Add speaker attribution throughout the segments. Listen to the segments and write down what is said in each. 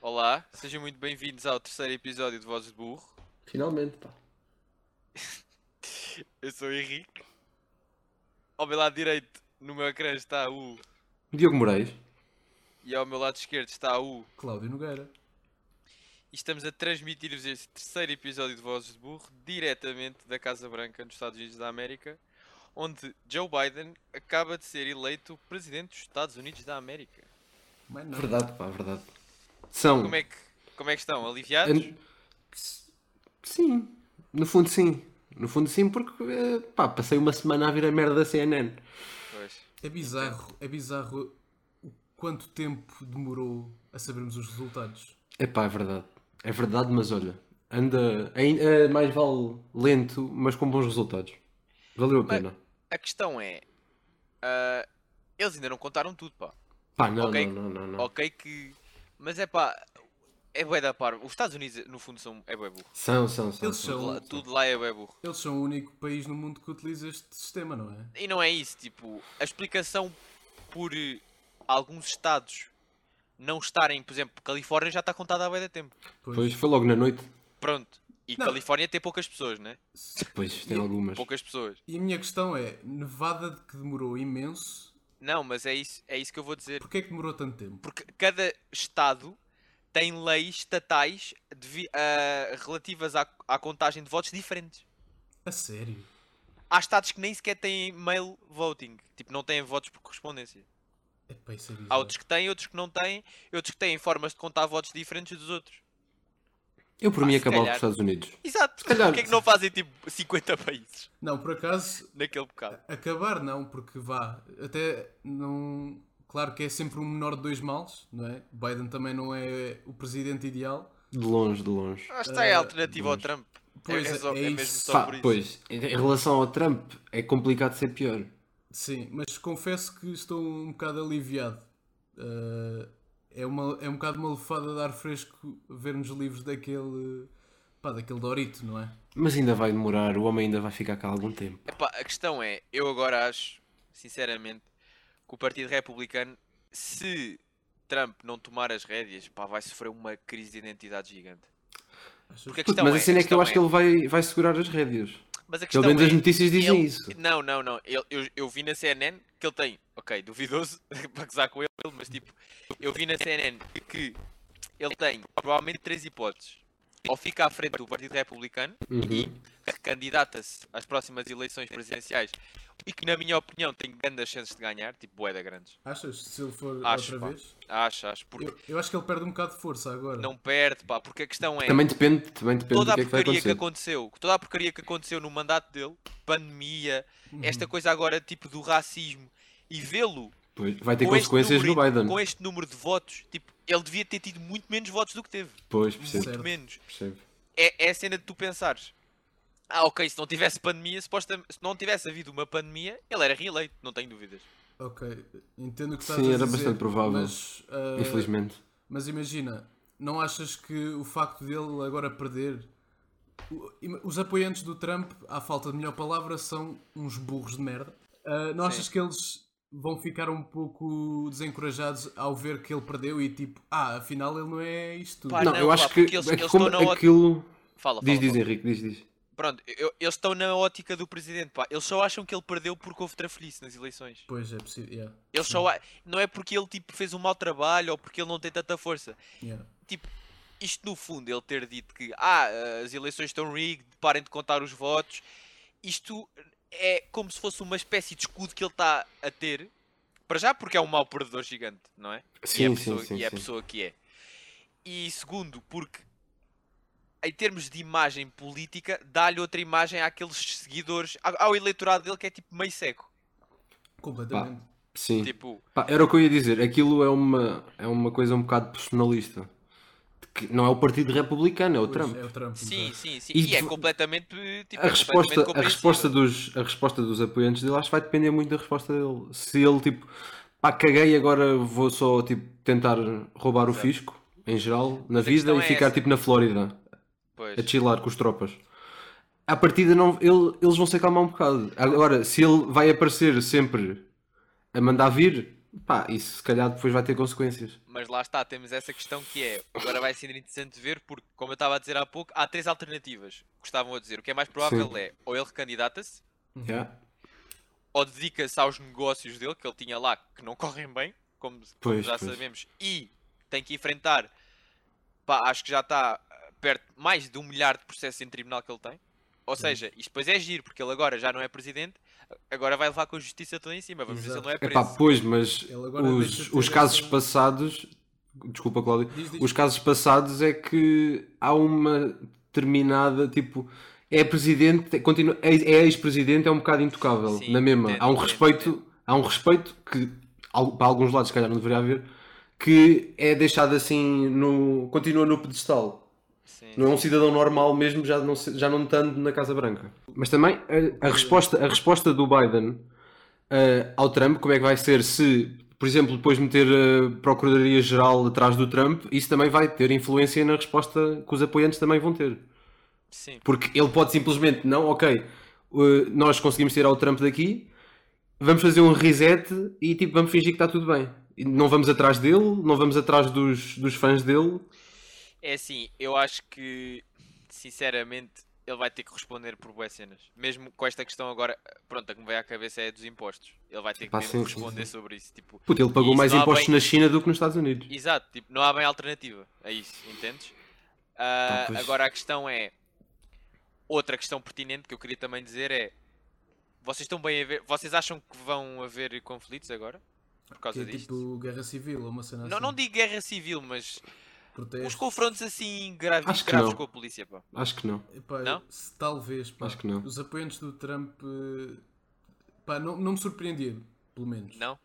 Speaker 1: Olá, sejam muito bem-vindos ao terceiro episódio de Vozes de Burro.
Speaker 2: Finalmente, pá.
Speaker 1: Eu sou o Henrique. Ao meu lado direito, no meu ecrã, está o.
Speaker 2: Diogo Moraes.
Speaker 1: E ao meu lado esquerdo está o.
Speaker 3: Cláudio Nogueira.
Speaker 1: E estamos a transmitir-vos este terceiro episódio de Vozes de Burro diretamente da Casa Branca nos Estados Unidos da América, onde Joe Biden acaba de ser eleito presidente dos Estados Unidos da América.
Speaker 3: Mas não.
Speaker 2: Verdade, pá, verdade. São.
Speaker 1: Como é que, como é que estão? Aliviados?
Speaker 2: An- S- Sim. No fundo, sim. No fundo, sim, porque, eh, pá, passei uma semana a ver a merda da CNN.
Speaker 1: Pois.
Speaker 3: É bizarro, é bizarro o quanto tempo demorou a sabermos os resultados.
Speaker 2: É pá, é verdade. É verdade, mas olha. Anda. ain- eh, mais vale lento, mas com bons resultados. Valeu a
Speaker 1: Mas-
Speaker 2: pena.
Speaker 1: A questão é. ah, eles ainda não contaram tudo, pá.
Speaker 2: Pá, não,
Speaker 1: Ok.
Speaker 2: não, não, não. não.
Speaker 1: Ok que. Mas é pá. É bué da par. Os Estados Unidos, no fundo, são. É bué burro.
Speaker 2: São, são, são.
Speaker 3: Eles
Speaker 2: são.
Speaker 3: são.
Speaker 1: Lá- Tudo lá é bué burro.
Speaker 3: Eles são o único país no mundo que utiliza este sistema, não é?
Speaker 1: E não é isso, tipo, a explicação por eh, alguns estados não estarem, por exemplo, Califórnia já está contada há bué da tempo.
Speaker 2: Pois, foi logo na noite.
Speaker 1: Pronto. E
Speaker 3: Não.
Speaker 1: Califórnia tem poucas pessoas, né?
Speaker 2: Pois, tem algumas.
Speaker 1: Poucas pessoas.
Speaker 3: E a minha questão é, Nevada de que demorou imenso,
Speaker 1: Não, mas é isso, é isso que eu vou dizer.
Speaker 3: porquê é que demorou tanto tempo?
Speaker 1: Porque cada estado tem leis estatais devi- ah, relativas à, à contagem de votos diferentes.
Speaker 3: A sério?
Speaker 1: Há estados que nem sequer têm mail voting, tipo, não têm votos por correspondência.
Speaker 3: Epá, isso é bizarro.
Speaker 1: Há outros que têm, outros que não têm, e outros que têm formas de contar votos diferentes dos outros.
Speaker 2: Eu por
Speaker 1: Pá,
Speaker 2: mim
Speaker 1: Ah, se
Speaker 2: acabava com os
Speaker 1: calhar.
Speaker 2: Estados Unidos.
Speaker 1: Exato.
Speaker 2: calhar-
Speaker 1: Porquê é que não fazem tipo 50 países
Speaker 3: Não, por acaso,
Speaker 1: naquele bocado?
Speaker 3: acabar não, porque vá, até não... Claro que é sempre o menor de dois males, não é? Biden também não é o presidente ideal.
Speaker 2: De longe, de longe.
Speaker 1: Acho que é a alternativa ao Trump.
Speaker 3: pois
Speaker 1: é,
Speaker 3: é,
Speaker 1: só-
Speaker 3: é
Speaker 1: mesmo
Speaker 3: isso.
Speaker 1: só
Speaker 2: Pá,
Speaker 1: por isso.
Speaker 2: pois, em em relação ao Trump, é complicado ser pior.
Speaker 3: Sim, mas confesso que estou um bocado aliviado. Ah, é, uma, é um bocado uma lefada de ar fresco ver-nos livres daquele. pá, daquele Dorito, não é?
Speaker 2: Mas ainda vai demorar, o homem ainda vai ficar cá algum tempo.
Speaker 1: Epá, a questão é, eu agora acho, sinceramente, que o Partido Republicano, se Trump não tomar as rédeas, pá, vai sofrer uma crise de identidade gigante.
Speaker 3: Achas?
Speaker 1: Porque a
Speaker 2: Puto,
Speaker 1: questão
Speaker 2: mas
Speaker 1: é,
Speaker 2: a cena é que eu
Speaker 1: questão
Speaker 2: acho que ele vai, vai segurar as rédeas.
Speaker 1: Mas a questão
Speaker 2: Pelo menos
Speaker 1: é,
Speaker 2: as notícias dizem
Speaker 1: ele-
Speaker 2: isso.
Speaker 1: Não, não, não. Ele- eu, eu vi na CNN que ele tem, ok, duvidoso para gozar com ele, mas tipo, eu vi na CNN que ele tem provavelmente três hipóteses. Ou fica à frente do Partido Republicano,
Speaker 2: Uhum.
Speaker 1: que candidata-se às próximas eleições presidenciais e que, na minha opinião, tem grandes chances de ganhar, tipo, boeda grandes.
Speaker 3: Achas? Se ele for
Speaker 1: Acho,
Speaker 3: outra
Speaker 1: pá.
Speaker 3: vez?
Speaker 1: Acho, acho, porque
Speaker 3: Eu, eu acho que ele perde um bocado de força agora.
Speaker 1: não perde, pá, porque a questão é
Speaker 2: Também depende, também depende
Speaker 1: toda
Speaker 2: do
Speaker 1: a
Speaker 2: que é que vai
Speaker 1: porcaria que
Speaker 2: acontecer.
Speaker 1: aconteceu, toda a porcaria que aconteceu no mandato dele, pandemia, esta coisa agora, tipo, do racismo e vê-lo
Speaker 2: Pois, vai ter
Speaker 1: com este
Speaker 2: consequências no
Speaker 1: número-
Speaker 2: Biden.
Speaker 1: Com este número de votos, tipo, ele devia ter tido muito menos votos do que teve.
Speaker 2: Pois, percebo,
Speaker 1: Muito menos.
Speaker 2: percebo.
Speaker 1: É, é a cena de tu pensares. Ah, ok, se não tivesse pandemia, supostamente, se não tivesse havido uma pandemia, ele era reeleito, não tenho dúvidas.
Speaker 3: Ok, entendo o que estás
Speaker 2: Sim,
Speaker 3: a
Speaker 2: era
Speaker 3: dizer,
Speaker 2: bastante provável.
Speaker 3: Mas, ah,
Speaker 2: Infelizmente.
Speaker 3: mas imagina, não achas que o facto dele agora perder. o- ima- Os apoiantes do Trump, à falta de melhor palavra, são uns burros de merda. Ah, não achas que eles vão ficar um pouco desencorajados ao ver que ele perdeu e tipo, ah, afinal ele não é isto tudo?
Speaker 1: Pá,
Speaker 2: não,
Speaker 1: não,
Speaker 2: eu
Speaker 1: pá,
Speaker 2: acho que,
Speaker 1: porque eles-
Speaker 2: é que
Speaker 1: eles
Speaker 2: como
Speaker 1: estão na
Speaker 2: aquilo.
Speaker 1: Fala, fala.
Speaker 2: Diz, diz,
Speaker 1: fala.
Speaker 2: Henrique, diz, diz.
Speaker 1: Pronto, eu- eles estão na ótica do presidente, pá. Eles só acham que ele perdeu porque houve trafolhice nas eleições.
Speaker 3: Pois é possível, yeah,
Speaker 1: Eles só a- Não é porque ele, tipo, fez um mau trabalho ou porque ele não tem tanta força.
Speaker 3: yeah.
Speaker 1: isto no fundo, ele ter dito que ah, as eleições estão rigged, parem de contar os votos, isto é como se fosse uma espécie de escudo que ele está a ter, para já porque é um mau perdedor gigante, não é? e é a
Speaker 2: Sim,
Speaker 1: pessoa,
Speaker 2: sim, sim.
Speaker 1: e é a
Speaker 2: sim.
Speaker 1: pessoa que é. E segundo, porque em termos de imagem política, dá-lhe outra imagem àqueles seguidores, ao ao eleitorado dele que é tipo meio seco.
Speaker 3: Completamente.
Speaker 2: Sim.
Speaker 1: Tipo,
Speaker 2: Pá, era o que eu ia dizer, aquilo é uma, é uma coisa um bocado personalista. De que não é o Partido Republicano, é o
Speaker 3: Pois,
Speaker 2: Trump.
Speaker 3: É o Trump.
Speaker 1: sim,
Speaker 3: exato.
Speaker 1: sim, sim.
Speaker 2: Então, E
Speaker 1: E é
Speaker 2: tu-
Speaker 1: completamente. Tipo,
Speaker 2: A
Speaker 1: é completamente
Speaker 2: resposta, a,
Speaker 1: compreensível.
Speaker 2: resposta dos, a resposta dos apoiantes dele acho que vai depender muito da resposta dele. Se ele tipo, pá, caguei, agora vou só tipo, tentar roubar o fisco, em geral,
Speaker 1: Mas
Speaker 2: na
Speaker 1: a
Speaker 2: vida
Speaker 1: questão
Speaker 2: e
Speaker 1: é
Speaker 2: ficar
Speaker 1: essa.
Speaker 2: tipo na Flórida,
Speaker 1: Pois.
Speaker 2: a chilar com os tropas. À partida, não, ele- eles vão se acalmar um bocado. Agora, se ele vai aparecer sempre a mandar vir, Pá, isso se calhar depois vai ter consequências.
Speaker 1: Mas lá está, temos essa questão que é, agora vai ser interessante ver, porque, como eu estava a dizer há pouco, há três alternativas que estavam a dizer. O que é mais provável
Speaker 2: Sim.
Speaker 1: é, ou ele recandidata-se,
Speaker 2: Yeah.
Speaker 1: ou dedica-se aos negócios dele, que ele tinha lá, que não correm bem, como, como
Speaker 2: Pois,
Speaker 1: já
Speaker 2: pois.
Speaker 1: sabemos, e tem que enfrentar, pá, acho que já está eh, perto de mais de um milhar de processos em tribunal que ele tem. Ou seja, isto depois é giro, porque ele agora já não é presidente, agora vai levar com a justiça toda em cima, vamos ver se ele não é
Speaker 2: É
Speaker 1: preso.
Speaker 2: pá, pois, mas
Speaker 3: Ele agora deixa
Speaker 2: os,
Speaker 3: de
Speaker 2: os
Speaker 3: ter
Speaker 2: casos
Speaker 3: essa-
Speaker 2: passados. Desculpa, Cláudio.
Speaker 3: Diz, diz.
Speaker 2: Os casos passados é que há uma determinada. Tipo, é presidente, continua, é é ex-presidente, é um bocado intocável.
Speaker 1: Sim,
Speaker 2: na mesma.
Speaker 1: entendo,
Speaker 2: há um
Speaker 1: entendo,
Speaker 2: respeito.
Speaker 1: entendo.
Speaker 2: Há um respeito que, al- para alguns lados, se calhar não deveria haver, que é deixado assim. No, continua no pedestal.
Speaker 1: Sim.
Speaker 2: Não é um cidadão normal mesmo, já não, se- já não estando na Casa Branca. Mas também a, a resposta, a resposta do Biden eh, ao Trump, como é que vai ser se, por exemplo, depois meter a Procuradoria-Geral atrás do Trump, isso também vai ter influência na resposta que os apoiantes também vão ter. um
Speaker 1: Sim.
Speaker 2: Porque ele pode simplesmente, não, ok, eh, nós conseguimos tirar o Trump daqui, vamos fazer um reset e tipo, vamos fingir que está tudo bem. E Não vamos atrás dele, não vamos atrás dos, dos fãs dele.
Speaker 1: É assim, eu acho que, sinceramente, ele vai ter que responder por boas cenas. Mesmo com esta questão agora, pronto, a que me veio à cabeça é dos impostos. Ele vai ter que
Speaker 2: Pá,
Speaker 1: mesmo
Speaker 2: sim, sim,
Speaker 1: responder
Speaker 2: sim.
Speaker 1: sobre isso. Tipo,
Speaker 2: Puta, ele pagou
Speaker 1: Isso
Speaker 2: mais
Speaker 1: não há
Speaker 2: impostos
Speaker 1: bem-
Speaker 2: na China do que nos Estados Unidos.
Speaker 1: exato, tipo, não há bem alternativa a isso, entendes? Ah,
Speaker 2: Então, pois.
Speaker 1: agora a questão é. Outra questão pertinente que eu queria também dizer é. Vocês estão bem a ver. Vocês acham que vão haver conflitos agora? Por
Speaker 3: Que
Speaker 1: causa
Speaker 3: é
Speaker 1: disto?
Speaker 3: tipo guerra civil ou uma cena
Speaker 1: Não,
Speaker 3: assim.
Speaker 1: não digo guerra civil, mas uns
Speaker 3: Protesto.
Speaker 1: confrontos assim graves,
Speaker 2: Acho que
Speaker 1: graves
Speaker 2: não.
Speaker 1: com a polícia, pá.
Speaker 2: Acho que não.
Speaker 3: Epá,
Speaker 1: Não?
Speaker 3: se- talvez, pá.
Speaker 2: Acho que não.
Speaker 3: Os apoiantes do Trump, eh, pá, não, não me surpreenderam, pelo menos.
Speaker 1: Não?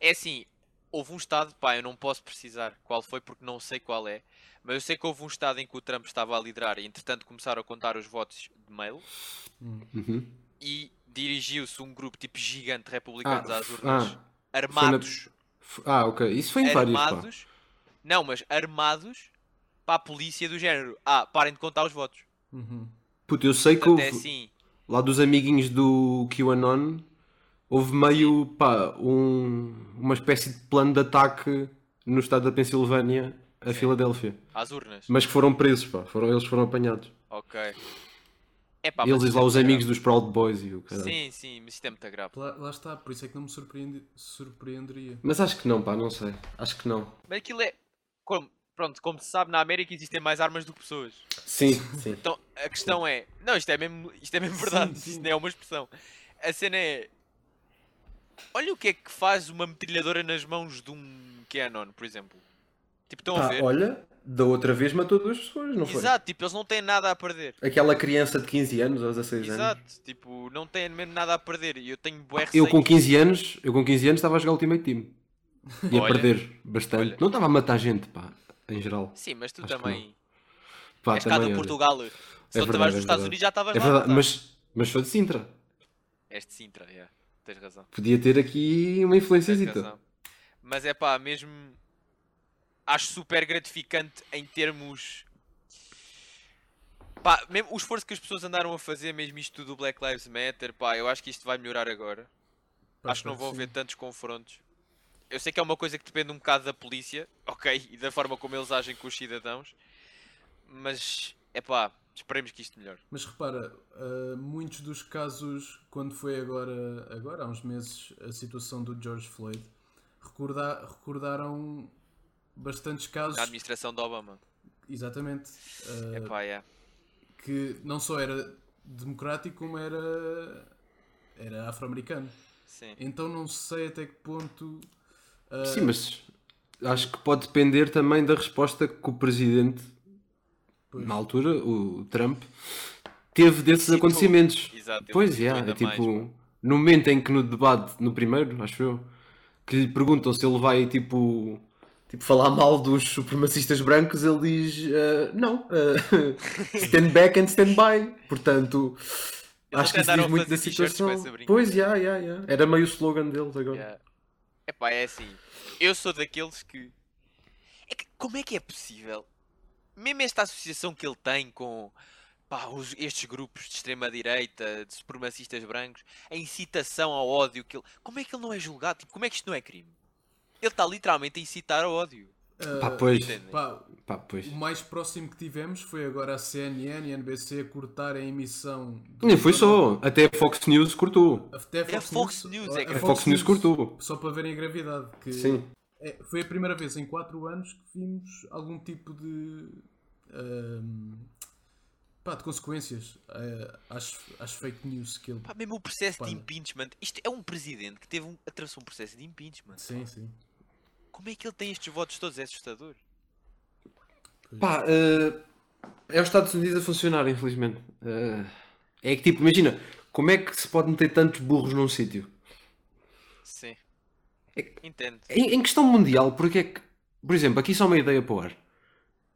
Speaker 1: É assim, houve um estado, pá, eu não posso precisar qual foi porque não sei qual é, mas eu sei que houve um estado em que o Trump estava a liderar e entretanto começaram a contar os votos de mail
Speaker 2: Uhum.
Speaker 1: e dirigiu-se um grupo tipo gigante de
Speaker 2: Ah,
Speaker 1: republicanos às
Speaker 2: f-
Speaker 1: urnas,
Speaker 2: ah,
Speaker 1: armados,
Speaker 2: f- ah, ok. Isso foi em vários. Pá.
Speaker 1: armados, não, mas armados para a polícia do género. Ah, parem de contar os votos.
Speaker 3: Uhum.
Speaker 2: Puta, eu sei que
Speaker 1: Portanto, é
Speaker 2: houve,
Speaker 1: assim,
Speaker 2: lá dos amiguinhos do QAnon, houve meio, pá, um- uma espécie de plano de ataque no estado da Pensilvânia a Filadélfia.
Speaker 1: às urnas.
Speaker 2: Mas que foram presos, pá. Foram, eles foram apanhados.
Speaker 1: Ok. É pá,
Speaker 2: eles
Speaker 1: mas
Speaker 2: e
Speaker 1: isto
Speaker 2: lá
Speaker 1: é
Speaker 2: os
Speaker 1: muito
Speaker 2: amigos dos Proud Boys e
Speaker 1: grave.
Speaker 2: o caralho.
Speaker 1: Sim, sim, mas isto é muito grave.
Speaker 3: Lá, lá está, por isso é que não me surpreende, surpreenderia.
Speaker 2: Mas acho que não, pá, não sei. Acho que não.
Speaker 1: Mas aquilo é. Como, pronto, como se sabe, na América existem mais armas do que pessoas.
Speaker 2: Sim, sim.
Speaker 1: Então a questão é. Não, isto é mesmo, isto é mesmo verdade.
Speaker 3: sim.
Speaker 1: Isto não é uma expressão. A cena é. Olha o que é que faz uma metralhadora nas mãos de um Canon, por exemplo. Tipo, estão a
Speaker 2: Pá,
Speaker 1: ver?
Speaker 2: Ah, olha, da outra vez matou duas pessoas, não foi?
Speaker 1: Exato, tipo, eles não têm nada a perder.
Speaker 2: Aquela criança de 15 anos ou 16 anos.
Speaker 1: Exato, tipo, não têm mesmo nada a perder. E eu tenho bué
Speaker 2: Eu
Speaker 1: receio
Speaker 2: com 15 anos, eu com 15 anos estava a jogar Ultimate Team. E a
Speaker 1: Olha.
Speaker 2: perder bastante.
Speaker 1: Olha.
Speaker 2: Não estava a matar gente, pá, em geral.
Speaker 1: Sim, mas tu
Speaker 2: Acho que
Speaker 1: também.
Speaker 2: Pá,
Speaker 1: És cá do
Speaker 2: olha.
Speaker 1: Portugal. Se não
Speaker 2: verdade,
Speaker 1: estavas
Speaker 2: é
Speaker 1: nos Estados
Speaker 2: verdade.
Speaker 1: Unidos já estavas
Speaker 2: É
Speaker 1: lá.
Speaker 2: verdade,
Speaker 1: tá?
Speaker 2: mas, mas sou de Sintra.
Speaker 1: És de Sintra, yeah. tens razão.
Speaker 2: Podia ter aqui uma
Speaker 1: Tens
Speaker 2: influenciazita.
Speaker 1: razão. Mas é pá, mesmo acho super gratificante em termos. Pá, mesmo o esforço que as pessoas andaram a fazer, mesmo isto tudo do Black Lives Matter, pá, eu acho que isto vai melhorar agora.
Speaker 3: Pá,
Speaker 1: acho que não
Speaker 3: pá,
Speaker 1: vão
Speaker 3: sim.
Speaker 1: haver tantos confrontos. Eu sei que é uma coisa que depende um bocado da polícia, ok, e da forma como eles agem com os cidadãos, mas é pá, esperemos que isto melhore.
Speaker 3: Mas repara, ah, muitos dos casos, quando foi agora, agora há uns meses, a situação do George Floyd, recorda- recordaram bastantes casos,
Speaker 1: Na administração de Obama,
Speaker 3: exatamente, ah,
Speaker 1: é pá, é.
Speaker 3: que não só era democrático, como era, era afro-americano.
Speaker 1: Sim.
Speaker 3: Então não sei até que ponto. ah,
Speaker 2: Sim, mas acho que pode depender também da resposta que o presidente,
Speaker 3: Pois.
Speaker 2: na altura, o Trump, teve desses
Speaker 1: Citou.
Speaker 2: acontecimentos.
Speaker 1: Exato, ele
Speaker 2: Pois
Speaker 1: citou
Speaker 2: é,
Speaker 1: ainda
Speaker 2: é tipo,
Speaker 1: mais,
Speaker 2: no momento em que no debate, no primeiro, acho eu, que lhe perguntam se ele vai tipo, tipo falar mal dos supremacistas brancos, ele diz eh, não, eh, stand back and stand by. Portanto,
Speaker 1: Eles
Speaker 2: acho
Speaker 1: até
Speaker 2: que isso
Speaker 1: andaram
Speaker 2: diz
Speaker 1: a
Speaker 2: muito da
Speaker 1: fazer t-shirts com
Speaker 2: situação.
Speaker 1: essa brincadeira.
Speaker 2: Pois, yeah, yeah, yeah. era meio o slogan deles agora.
Speaker 1: Yeah. Epá, é assim. Eu sou daqueles que... É que. Como é que é possível? Mesmo esta associação que ele tem com pá, os- estes grupos de extrema-direita, de supremacistas brancos, a incitação ao ódio que ele. Como é que ele não é julgado? Tipo, como é que isto não é crime? Ele está literalmente a incitar ao ódio.
Speaker 3: Ah,
Speaker 2: Pá, pois.
Speaker 1: entendem?
Speaker 3: pá,
Speaker 2: Pá, pois.
Speaker 3: o mais próximo que tivemos foi agora a CNN e a NBC a cortar a emissão. do-
Speaker 2: Nem foi só. Até a Fox News cortou.
Speaker 3: Até a
Speaker 1: É a
Speaker 3: Fox,
Speaker 1: Fox
Speaker 3: News,
Speaker 1: News, é
Speaker 3: a
Speaker 1: que-
Speaker 2: A Fox News cortou.
Speaker 3: Só para verem a gravidade. Que
Speaker 2: Sim.
Speaker 3: é- foi a primeira vez em 4 anos que vimos algum tipo de. ahm, pá, de consequências ah, às, às fake news que ele.
Speaker 1: Pá, mesmo o processo
Speaker 3: Pá.
Speaker 1: de impeachment. Isto é um presidente que teve um, atravessou um processo de impeachment.
Speaker 3: Sim, sim.
Speaker 1: Como é que ele tem estes votos todos? É assustador.
Speaker 2: Pá, eh, é os Estados Unidos a funcionar, infelizmente. Eh, é que tipo, imagina, como é que se pode meter tantos burros num sítio?
Speaker 1: Sim.
Speaker 2: É que-
Speaker 1: Entendo.
Speaker 2: Em, em questão mundial, porque é que. Por exemplo, aqui só uma ideia para o ar.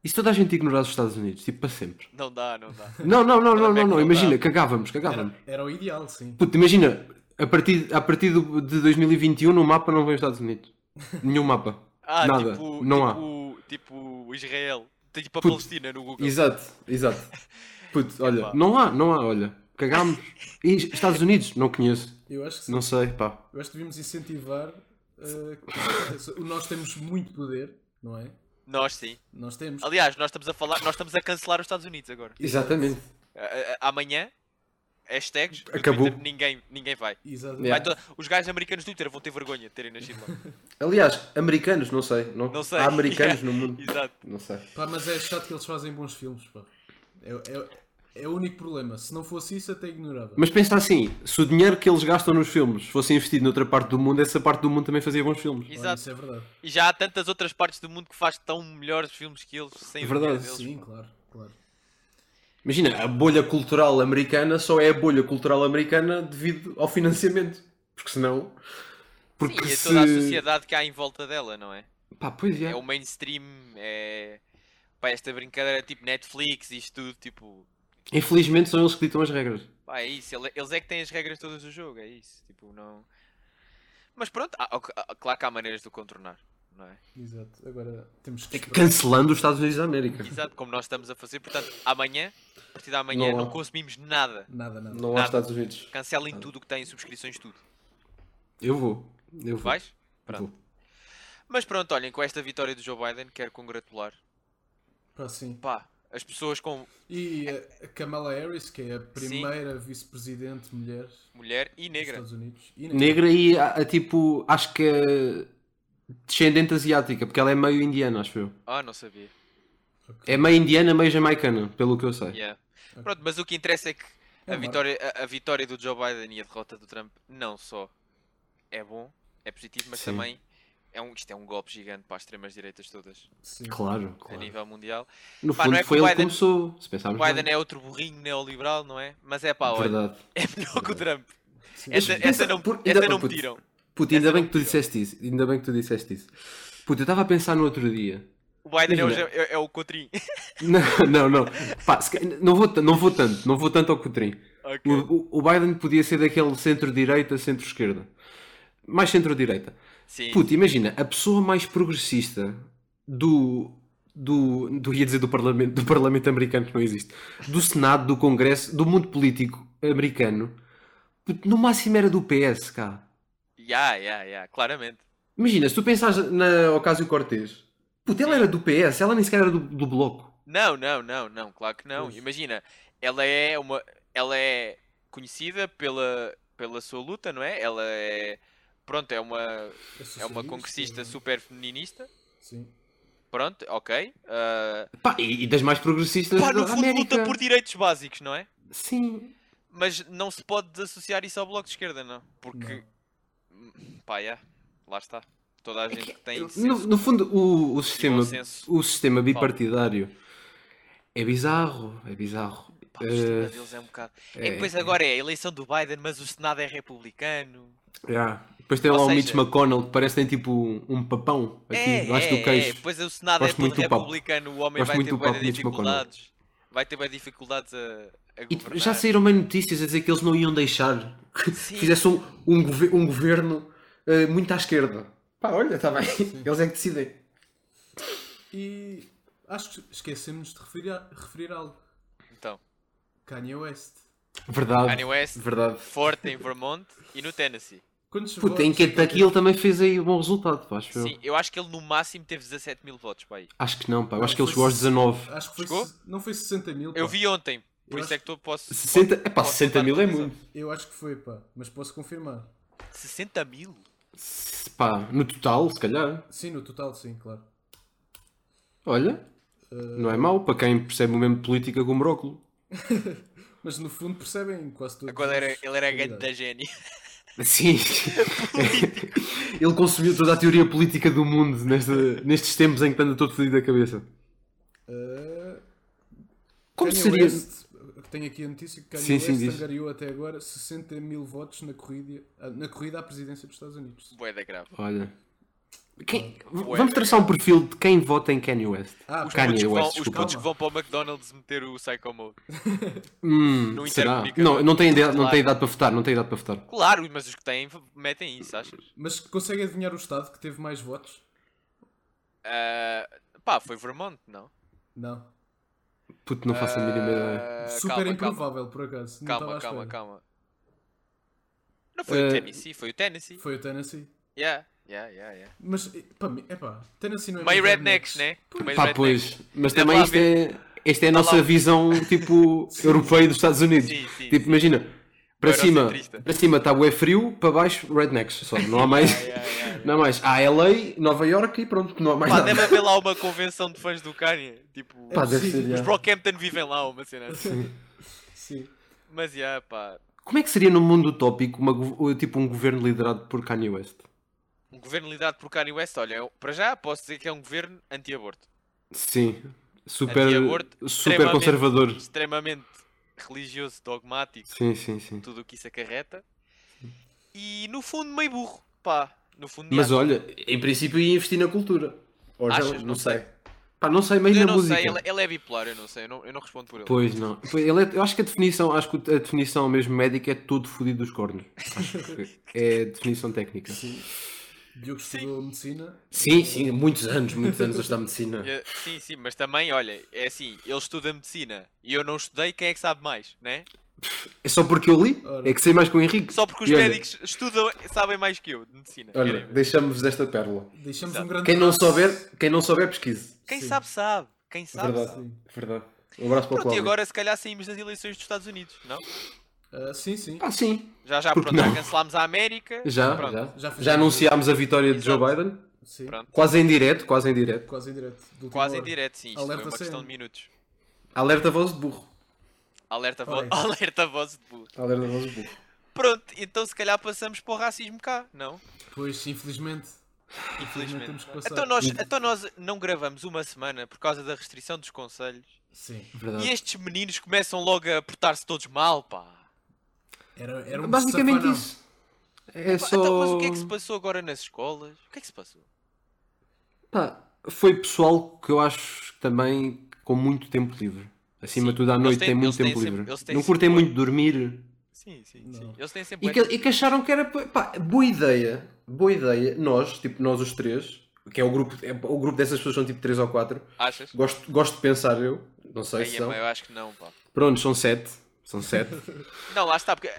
Speaker 2: E se toda a gente ignorasse os Estados Unidos, tipo, para sempre?
Speaker 1: Não dá, não dá.
Speaker 2: Não, não, não,
Speaker 1: Como
Speaker 2: não,
Speaker 1: é
Speaker 2: não,
Speaker 1: que
Speaker 2: não,
Speaker 1: não
Speaker 2: imagina,
Speaker 1: dá?
Speaker 2: cagávamos, cagávamos.
Speaker 3: Era, era o ideal, sim.
Speaker 2: Puto, imagina, a partir, a partir do- de 2021 no mapa não vem os Estados Unidos. Nenhum mapa.
Speaker 1: Ah,
Speaker 2: Nada.
Speaker 1: tipo,
Speaker 2: não há.
Speaker 1: tipo, tipo Israel. Tem tipo a
Speaker 2: Puto.
Speaker 1: Palestina no Google.
Speaker 2: Exato, exato. Puto, olha,
Speaker 1: Epá.
Speaker 2: não há, não há, olha. Cagámos. E Estados Unidos? Não conheço.
Speaker 3: Eu acho que sim.
Speaker 2: Não sei, pá.
Speaker 3: Eu acho que devíamos incentivar. ah, que isso aconteça. O nós temos muito poder, não é?
Speaker 1: Nós sim.
Speaker 3: Nós temos.
Speaker 1: Aliás, nós estamos a falar, nós estamos a cancelar os Estados Unidos agora.
Speaker 2: Exatamente.
Speaker 1: A- a- a- amanhã, hashtags, no
Speaker 2: Acabou.
Speaker 1: Twitter, ninguém, ninguém vai.
Speaker 3: Exatamente.
Speaker 2: Yeah.
Speaker 1: Vai to- Os gajos americanos do Twitter vão ter vergonha de terem nascido lá.
Speaker 2: Aliás, americanos, não sei. Não,
Speaker 1: Não sei.
Speaker 2: Há americanos no mundo.
Speaker 1: Exato.
Speaker 2: Não sei.
Speaker 3: Pá, mas é chato que eles fazem bons filmes, pá. É, é, é o único problema. Se não fosse isso, até ignorava.
Speaker 2: Mas pensa assim, se o dinheiro que eles gastam nos filmes fosse investido noutra parte do mundo, essa parte do mundo também fazia bons filmes.
Speaker 3: Olha,
Speaker 1: Exato.
Speaker 3: Isso é verdade.
Speaker 1: E já há tantas outras partes do mundo que faz tão melhores filmes que eles sem
Speaker 2: Verdade,
Speaker 1: vergonha deles.
Speaker 3: Sim, claro, claro.
Speaker 2: Imagina, a bolha cultural americana só é a bolha cultural americana devido ao financiamento. Porque senão. Porque
Speaker 1: Sim, é
Speaker 2: se...
Speaker 1: toda a sociedade que há em volta dela, não é?
Speaker 2: Pá, pois é.
Speaker 1: É o mainstream, é. Pá, esta brincadeira é tipo Netflix, isto tudo, tipo.
Speaker 2: Infelizmente são eles que ditam as regras.
Speaker 1: Pá, é isso, ele- eles é que têm as regras todas do jogo, é isso. Tipo, não. Mas pronto, há- há- claro que há maneiras de o contornar, não é?
Speaker 3: Exato. Agora temos que.
Speaker 2: É que cancelando os Estados Unidos da América.
Speaker 1: Exato, como nós estamos a fazer. Portanto, amanhã, a partir de amanhã,
Speaker 2: Não
Speaker 1: não,
Speaker 2: há.
Speaker 1: consumimos nada.
Speaker 3: Nada, nada.
Speaker 2: Não há
Speaker 1: Nada.
Speaker 2: Estados Unidos.
Speaker 1: Cancelem tudo o que têm, subscrições, tudo.
Speaker 2: Eu vou. Eu vou.
Speaker 1: Vais? Pronto.
Speaker 2: Vou.
Speaker 1: Mas pronto, olhem, com esta vitória do Joe Biden, quero congratular.
Speaker 3: Pá, sim.
Speaker 1: Pá, as pessoas com
Speaker 3: E eh, a a Kamala Harris, que é a primeira vice-presidente mulher dos
Speaker 1: mulher e negra.
Speaker 3: Estados Unidos. E negra.
Speaker 2: Negra e a, a tipo, acho que é descendente asiática, porque ela é meio indiana, acho eu.
Speaker 1: Ah, não sabia.
Speaker 2: É meio indiana, meio jamaicana, pelo que eu sei.
Speaker 1: Yeah. Pronto, mas o que interessa é que
Speaker 3: É
Speaker 1: a
Speaker 3: uma-
Speaker 1: vitória, a, a vitória do Joe Biden e a derrota do Trump não só é bom, é positivo, mas
Speaker 2: Sim.
Speaker 1: também é um, isto é um golpe gigante para as extremas direitas todas
Speaker 3: Sim.
Speaker 2: Claro,
Speaker 1: a
Speaker 2: claro.
Speaker 1: É nível mundial.
Speaker 2: No
Speaker 1: Pá,
Speaker 2: fundo
Speaker 1: não é que
Speaker 2: foi
Speaker 1: o
Speaker 2: ele que
Speaker 1: Biden-
Speaker 2: começou, se
Speaker 1: O
Speaker 2: pensarmos
Speaker 1: Biden
Speaker 2: bem.
Speaker 1: é outro burrinho neoliberal, não é? Mas é pá, olha,
Speaker 2: Verdade.
Speaker 1: é melhor que o Trump.
Speaker 3: Sim.
Speaker 1: Essa,
Speaker 2: Essa-
Speaker 1: essa não,
Speaker 2: por- ainda-
Speaker 1: essa não me
Speaker 2: putz.
Speaker 1: tiram.
Speaker 2: Puta, ainda
Speaker 1: Essa
Speaker 2: bem
Speaker 1: não
Speaker 2: que tu
Speaker 1: me tirou.
Speaker 2: disseste isso. Ainda bem que tu disseste isso. Puta, eu estava a pensar no outro dia.
Speaker 1: O Biden é o,
Speaker 2: Imagina.
Speaker 1: ja- é, é o Cotrim.
Speaker 2: Não, não, não. Pá, se ca- não, vou, ta- não vou tanto, não vou tanto ao Cotrim.
Speaker 1: Ok.
Speaker 2: O, o- o Biden podia ser daquele centro-direita, centro-esquerda. Mais centro-direita.
Speaker 1: Sim.
Speaker 2: Puta, imagina, a pessoa mais progressista do. do. do ia dizer do parlamento, do parlamento americano que não existe. Do Senado, do Congresso, do mundo político americano. Puto, no máximo era do PS, cá.
Speaker 1: Ya, ya, ya, claramente.
Speaker 2: Imagina, se tu pensares na Ocasio Cortez. Puta, ela era do PS, ela nem sequer era do, do Bloco.
Speaker 1: Não, não, não, não, claro que não.
Speaker 3: Pois.
Speaker 1: Imagina, ela é uma. Ela é conhecida pela, pela sua luta, não é? Ela é. Pronto, é uma, é uma
Speaker 3: socialista,
Speaker 1: congressista
Speaker 3: não é?
Speaker 1: super feminista.
Speaker 3: Sim.
Speaker 1: Pronto, ok. ah,
Speaker 2: Pá, e, e das mais progressistas
Speaker 1: pá,
Speaker 2: da
Speaker 1: no fundo
Speaker 2: América.
Speaker 1: luta por direitos básicos, não é?
Speaker 2: Sim.
Speaker 1: Mas não se pode desassociar isso ao Bloco de Esquerda, não. Porque,
Speaker 3: Não.
Speaker 1: pá, já, lá está. Toda
Speaker 2: É
Speaker 1: a gente que tem
Speaker 2: No,
Speaker 1: senso
Speaker 2: no fundo, o, o sistema,
Speaker 1: senso.
Speaker 2: o sistema bipartidário é bizarro. É bizarro.
Speaker 1: Pá, o sistema
Speaker 2: Eh,
Speaker 1: deles é um bocado. É,
Speaker 2: é.
Speaker 1: que depois agora é a eleição do Biden, mas o Senado é republicano.
Speaker 2: Yeah. É. Depois tem
Speaker 1: Ou
Speaker 2: lá o
Speaker 1: seja-
Speaker 2: Mitch McConnell que parece que tem tipo um, um papão aqui
Speaker 1: é,
Speaker 2: debaixo
Speaker 1: é,
Speaker 2: do queixo.
Speaker 1: é. Depois o Senado
Speaker 2: Gosto
Speaker 1: é todo
Speaker 2: muito do papo.
Speaker 1: republicano, o homem
Speaker 2: Gosto
Speaker 1: vai
Speaker 2: muito
Speaker 1: ter
Speaker 2: do
Speaker 1: bué de
Speaker 2: papo de Mitch McConnell.
Speaker 1: dificuldades. Vai ter bué de dificuldades a, a
Speaker 2: E
Speaker 1: governar.
Speaker 2: já saíram meio notícias a dizer que eles não iam deixar que
Speaker 1: Sim.
Speaker 2: fizesse um, um, gover- um governo eh, muito à esquerda. Pá, olha, está bem. Eles é que decidem.
Speaker 3: E acho que esquecemos de referir, a, referir algo.
Speaker 1: Então,
Speaker 3: Kanye West.
Speaker 2: Verdade.
Speaker 1: Kanye West,
Speaker 2: Verdade.
Speaker 1: forte em Vermont e no Tennessee.
Speaker 3: Quando chegou
Speaker 2: Puta,
Speaker 3: aos
Speaker 2: em é Kentucky
Speaker 3: 70,
Speaker 2: tá ele também fez aí um bom resultado, pá, acho eu.
Speaker 1: Sim, eu acho que ele no máximo teve 17 mil votos, pá. aí.
Speaker 2: Acho que não, pá. Eu
Speaker 3: Não,
Speaker 2: acho que ele
Speaker 3: foi
Speaker 2: chegou aos
Speaker 3: se-
Speaker 2: 19.
Speaker 3: Acho que foi.
Speaker 1: Chegou?
Speaker 3: se- Não foi 60 mil.
Speaker 1: Eu
Speaker 3: pá.
Speaker 1: vi ontem, por
Speaker 3: Eu
Speaker 1: isso
Speaker 3: acho-
Speaker 1: é que tu posso.
Speaker 4: 60,
Speaker 1: posso-
Speaker 4: epá,
Speaker 1: posso
Speaker 4: 60 mil é
Speaker 1: estar
Speaker 4: muito.
Speaker 3: Eu acho que foi, pá. Mas posso confirmar.
Speaker 1: 60 mil?
Speaker 2: Se- Pá, no total, se calhar.
Speaker 3: Sim, no total, sim, claro.
Speaker 2: Olha,
Speaker 4: Eh,
Speaker 2: não é mau para quem percebe o mesmo de política com bróculo.
Speaker 3: Mas no fundo percebem quase tudo.
Speaker 1: Agora era, ele era grande da gênio.
Speaker 2: Sim. ele consumiu toda a teoria política do mundo nesta- nestes tempos em que anda todo fodido da cabeça. Como seria.
Speaker 3: tenho aqui a notícia Uh, que Kanye
Speaker 2: Sim, sim, diz.
Speaker 3: West angariou até agora 60 mil votos na corrida, ah, na corrida à presidência dos Estados Unidos.
Speaker 1: Bué da grave.
Speaker 2: Olha. Quem- Vamos traçar um perfil de quem vota em Kanye West.
Speaker 3: Ah,
Speaker 1: Os
Speaker 2: Kanye
Speaker 1: putos, que vão,
Speaker 2: West,
Speaker 1: os
Speaker 2: desculpa.
Speaker 1: putos que vão para o McDonald's meter o Psycho Mode.
Speaker 2: Hum,
Speaker 1: no
Speaker 2: será?
Speaker 1: Intercomunicador.
Speaker 2: Não, não tem idade, não
Speaker 1: Claro.
Speaker 2: tem idade para votar, não tem idade para votar.
Speaker 1: Claro, mas os que têm metem isso, achas?
Speaker 3: Mas consegue adivinhar o estado que teve mais votos?
Speaker 1: Ah, pá, foi Vermont, não?
Speaker 3: Não.
Speaker 2: Puto, não faço a mínima ideia.
Speaker 1: Ah,
Speaker 3: Super
Speaker 1: calma, calma,
Speaker 3: improvável, por acaso. Não estava
Speaker 1: calma,
Speaker 3: à
Speaker 1: calma,
Speaker 3: espera.
Speaker 1: calma. Não foi
Speaker 2: Eh,
Speaker 1: o Tennessee, foi o Tennessee.
Speaker 3: Foi o Tennessee.
Speaker 1: Yeah, yeah, yeah, yeah.
Speaker 3: Mas, para mim, epá, Tennessee não é
Speaker 1: Meio
Speaker 3: bem
Speaker 1: rednecks, né? Meio
Speaker 2: Pá,
Speaker 1: rednecks.
Speaker 2: pois. Mas
Speaker 1: Deve
Speaker 2: também
Speaker 1: lá Tá
Speaker 2: isto é, esta é a nossa
Speaker 1: lá.
Speaker 2: visão, tipo, europeia dos Estados Unidos.
Speaker 1: Sim, sim,
Speaker 2: Tipo,
Speaker 1: sim.
Speaker 2: imagina, para cima,
Speaker 1: Eurocentrista.
Speaker 2: para cima está bué frio, para baixo, rednecks só. Não há mais,
Speaker 1: Yeah, yeah, yeah.
Speaker 2: não há mais. Há LA, Nova York e pronto, não há mais
Speaker 1: Pá,
Speaker 2: nada.
Speaker 1: deve haver lá uma convenção de fãs do Kanye. Tipo,
Speaker 2: Pá, é. deve
Speaker 3: Sim,
Speaker 2: ser,
Speaker 3: os
Speaker 1: os
Speaker 2: yeah.
Speaker 1: Brockhampton vivem lá, uma cena assim.
Speaker 3: Sim.
Speaker 1: Mas, yeah, pá.
Speaker 2: Como é que seria no mundo utópico uma go- tipo um governo liderado por Kanye West?
Speaker 1: Um governo liderado por Kanye West, olha, eu- para já posso dizer que é um governo anti-aborto.
Speaker 2: Sim. Super,
Speaker 1: Anti-aborto,
Speaker 2: super
Speaker 1: extremamente.
Speaker 2: conservador.
Speaker 1: Extremamente religioso, dogmático,
Speaker 2: Sim, sim, sim.
Speaker 1: tudo o que isso acarreta. E, no fundo, meio burro, pá. No fundo,
Speaker 2: Mas
Speaker 1: yeah.
Speaker 2: olha, em princípio ia investir na cultura. Ou já-
Speaker 1: Achas?
Speaker 2: não,
Speaker 1: Não
Speaker 2: sei.
Speaker 1: sei.
Speaker 2: Pá, não sei, meio
Speaker 1: Eu
Speaker 2: na
Speaker 1: não
Speaker 2: música.
Speaker 1: sei, ele, ele é bipolar, eu não sei, eu não, eu não respondo por ele.
Speaker 2: Pois não. Pois, Ele é- eu acho que a definição, acho que a definição mesmo médica é todo fodido dos cornos. Acho que é a definição técnica. Sim,
Speaker 3: Diogo estudou medicina.
Speaker 2: sim, muitos anos, muitos anos a estudar medicina.
Speaker 1: Eh, Sim, sim, mas também, olha, é assim, ele estuda medicina e eu não estudei, quem é que sabe mais, né?
Speaker 2: É só porque eu li,
Speaker 3: Ora.
Speaker 2: é que sei mais que o Henrique.
Speaker 1: Só porque os
Speaker 2: E olha-
Speaker 1: médicos estudam, sabem mais que eu de medicina.
Speaker 2: Olha,
Speaker 1: Caramba.
Speaker 2: deixamos-vos esta pérola.
Speaker 3: Deixamos
Speaker 1: Exato.
Speaker 3: um grande.
Speaker 2: Quem não
Speaker 3: abraço.
Speaker 2: souber, quem não souber, pesquise.
Speaker 1: Quem
Speaker 3: Sim.
Speaker 1: sabe, sabe. Quem sabe,
Speaker 2: É Verdade,
Speaker 1: sabe.
Speaker 2: verdade. Um abraço para o
Speaker 1: Pronto, e
Speaker 2: Cláudio.
Speaker 1: agora se calhar saímos das eleições dos Estados Unidos, não?
Speaker 3: Ah, sim, sim.
Speaker 2: Ah, sim.
Speaker 1: Já, já,
Speaker 2: Por que
Speaker 1: pronto, já
Speaker 2: não?
Speaker 1: cancelámos a América.
Speaker 2: Já,
Speaker 1: Pronto.
Speaker 2: já.
Speaker 3: Já
Speaker 2: Já,
Speaker 3: fizemos.
Speaker 2: anunciámos a vitória de Joe
Speaker 1: Exato.
Speaker 2: Biden.
Speaker 3: sim. É
Speaker 1: Pronto.
Speaker 2: Quase em direto, quase em direto.
Speaker 3: Quase em direto. de última
Speaker 1: Quase em
Speaker 3: hora.
Speaker 1: direto, sim. Isto
Speaker 3: Alerta
Speaker 1: foi uma questão
Speaker 3: sempre.
Speaker 1: de minutos.
Speaker 2: Alerta voz de burro.
Speaker 1: Alerta, vo...
Speaker 3: Olha.
Speaker 1: Alerta voz de burro.
Speaker 2: Alerta voz de burro.
Speaker 1: Pronto, então se calhar passamos para o racismo cá, não?
Speaker 3: Pois, infelizmente. Infelizmente
Speaker 1: Infelizmente.
Speaker 3: temos que passar.
Speaker 1: Então nós, então nós não gravamos uma semana por causa da restrição dos conselhos.
Speaker 3: Sim.
Speaker 2: Verdade.
Speaker 1: E é estes meninos começam logo a portar-se todos mal, pá.
Speaker 3: Era, era um
Speaker 2: Basicamente
Speaker 3: safanão.
Speaker 2: isso. É
Speaker 1: Pá,
Speaker 2: só.
Speaker 1: Então, mas o que é que se passou agora nas escolas? O que é que se passou?
Speaker 2: Pá, foi pessoal que eu acho que também com muito tempo livre. Acima
Speaker 1: Sim,
Speaker 2: de tudo, à
Speaker 1: eles
Speaker 2: noite
Speaker 1: têm-
Speaker 2: tem muito
Speaker 1: eles têm
Speaker 2: tempo
Speaker 1: sempre-
Speaker 2: livre.
Speaker 1: eles têm
Speaker 2: Não
Speaker 1: sempre
Speaker 2: curtem
Speaker 1: boa-
Speaker 2: muito dormir.
Speaker 1: Sim, sim, sim.
Speaker 3: Não.
Speaker 1: Eles têm sempre.
Speaker 2: E que, e que acharam que era. Pá, boa ideia. Boa ideia. Nós, tipo, nós os três, que é o grupo, é, o grupo dessas pessoas são tipo três ou quatro.
Speaker 1: Achas?
Speaker 2: Gosto, gosto de pensar eu. Não sei
Speaker 1: Aí,
Speaker 2: se
Speaker 1: é,
Speaker 2: são.
Speaker 1: mas eu acho que não, pá.
Speaker 2: Pronto, são sete. São sete.
Speaker 1: Não, lá está, porque.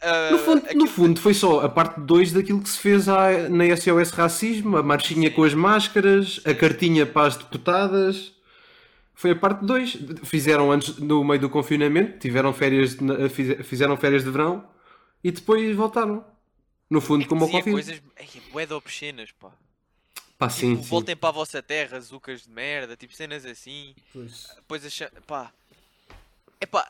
Speaker 1: ah,
Speaker 2: No fundo,
Speaker 1: aquilo-
Speaker 2: no fundo, foi só a parte 2 daquilo que se fez à- na SOS Racismo, a marchinha com as máscaras, a cartinha para as deputadas. Foi a parte 2. Fizeram antes, no meio do confinamento, tiveram férias de, na- fize- fizeram férias de verão e depois voltaram. No fundo, como ao
Speaker 1: É dizia
Speaker 2: Covid.
Speaker 1: coisas. Ei, bué de obscenas, pá.
Speaker 2: Pá, sim,
Speaker 1: tipo,
Speaker 2: sim.
Speaker 1: voltem para a vossa terra, zucas de merda, tipo cenas assim.
Speaker 3: Pois.
Speaker 1: Depois acha. pá. É pá.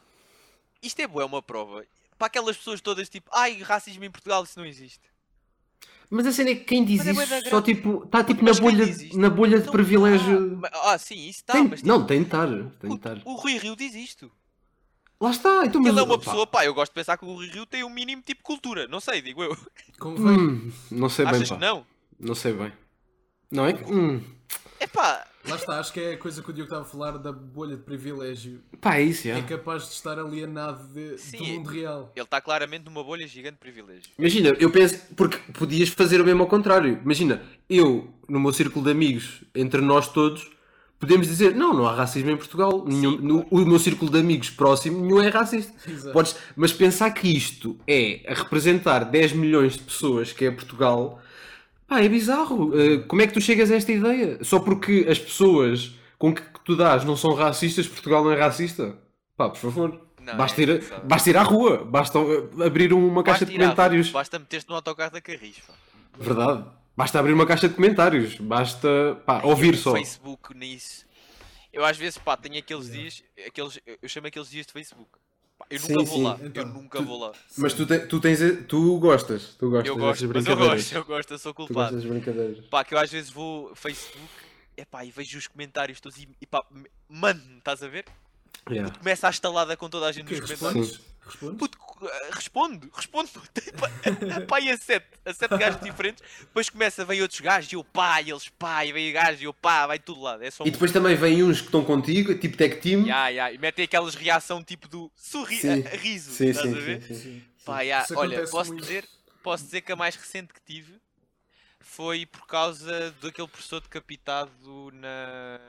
Speaker 1: Isto é bué uma prova. Para aquelas pessoas todas tipo, ai, racismo em Portugal, isso não existe.
Speaker 2: Mas a cena é que quem diz
Speaker 1: Mas é bué
Speaker 2: isso
Speaker 1: da
Speaker 2: só
Speaker 1: grande.
Speaker 2: tipo, está tipo na
Speaker 1: Mas quem
Speaker 2: bolha,
Speaker 1: diz isto?
Speaker 2: na bolha de
Speaker 1: Não
Speaker 2: privilégio.
Speaker 1: tá. Mas- Ah, sim, isso está,
Speaker 2: Tem-
Speaker 1: mas tipo,
Speaker 2: não, tem de estar. Tem de
Speaker 1: puto,
Speaker 2: estar.
Speaker 1: o Rui Rio diz isto.
Speaker 2: Lá está. Então, mas-
Speaker 1: Ele é uma
Speaker 2: opá.
Speaker 1: pessoa, pá, eu gosto de pensar que o Rui Rio tem um mínimo tipo de cultura, não sei, digo eu.
Speaker 3: Convém.
Speaker 2: Hum, não sei bem.
Speaker 1: Achas
Speaker 2: Pá.
Speaker 1: que não?
Speaker 2: Não sei bem. Não é que. Hum.
Speaker 1: É pá,
Speaker 3: Lá está, acho que é a coisa que o Diogo estava a falar da bolha de privilégio.
Speaker 2: Pá, é isso,
Speaker 3: É
Speaker 2: é.
Speaker 3: capaz de estar alienado de- do
Speaker 1: Sim.
Speaker 3: mundo real.
Speaker 1: ele está claramente numa bolha gigante de privilégio.
Speaker 2: Imagina, eu penso. Porque podias fazer o mesmo ao contrário. Imagina, eu, no meu círculo de amigos, entre nós todos, podemos dizer, não, não há racismo em Portugal, nenhum- no- o meu círculo de amigos próximo, nenhum é racista.
Speaker 3: Exato.
Speaker 2: Podes- mas pensar que isto é a representar 10 milhões de pessoas, que é Portugal, pá, é bizarro. Uh, como é que tu chegas a esta ideia? Só porque as pessoas com que tu dás não são racistas, Portugal não é racista? Pá, por favor.
Speaker 1: Não,
Speaker 2: basta,
Speaker 1: é
Speaker 2: ir, a-
Speaker 1: engraçado.
Speaker 2: basta ir à rua, basta uh, abrir uma
Speaker 1: Basta
Speaker 2: caixa de
Speaker 1: ir à rua,
Speaker 2: comentários.
Speaker 1: Basta meter-te no autocarro da Carris. pá.
Speaker 2: Verdade. Basta abrir uma caixa de comentários, basta pá, ouvir
Speaker 1: No
Speaker 2: só.
Speaker 1: Facebook, nisso. Eu às vezes, pá, tenho aqueles dias, aqueles, eu eu chamo aqueles dias de Facebook. Pá, eu nunca
Speaker 2: Sim,
Speaker 1: vou
Speaker 2: sim.
Speaker 1: lá,
Speaker 3: Então,
Speaker 1: eu nunca
Speaker 3: tu-
Speaker 1: vou lá.
Speaker 2: Mas tu, te- tu tens. Tu gostas. Tu gostas
Speaker 1: Eu
Speaker 2: dessas
Speaker 1: gosto, mas eu
Speaker 2: brincadeiras.
Speaker 1: gosto, eu gosto, eu sou
Speaker 2: Tu
Speaker 1: culpado.
Speaker 2: gostas das brincadeiras.
Speaker 1: Pá, que eu às vezes vou Facebook, é pá, e vejo os comentários todos e, e pá, me- mano, estás a ver?
Speaker 2: Yeah.
Speaker 1: Começa a estalada com toda a gente
Speaker 3: Que
Speaker 1: nos comentários.
Speaker 3: respondes? Respondes?
Speaker 1: Puto, co- eh, respondo, respondo, pá, pá, e a sete, a sete gajos diferentes, depois começa, vem outros gajos, e eu pá, e eles pá, e vem gajos, e eu pá, vai tudo lá, é só um...
Speaker 2: E depois também vêm uns que estão contigo, tipo tech team.
Speaker 1: Ya, ya, E metem aquelas reação tipo do sorri...
Speaker 2: Sim.
Speaker 1: a- a riso,
Speaker 2: Sim,
Speaker 1: estás
Speaker 2: sim,
Speaker 1: a ver?
Speaker 2: sim, sim.
Speaker 1: Pá, ya,
Speaker 3: Isso
Speaker 1: ah, Olha,
Speaker 3: acontece
Speaker 1: posso
Speaker 3: muito.
Speaker 1: dizer, posso dizer que a mais recente que tive foi por causa daquele professor decapitado na...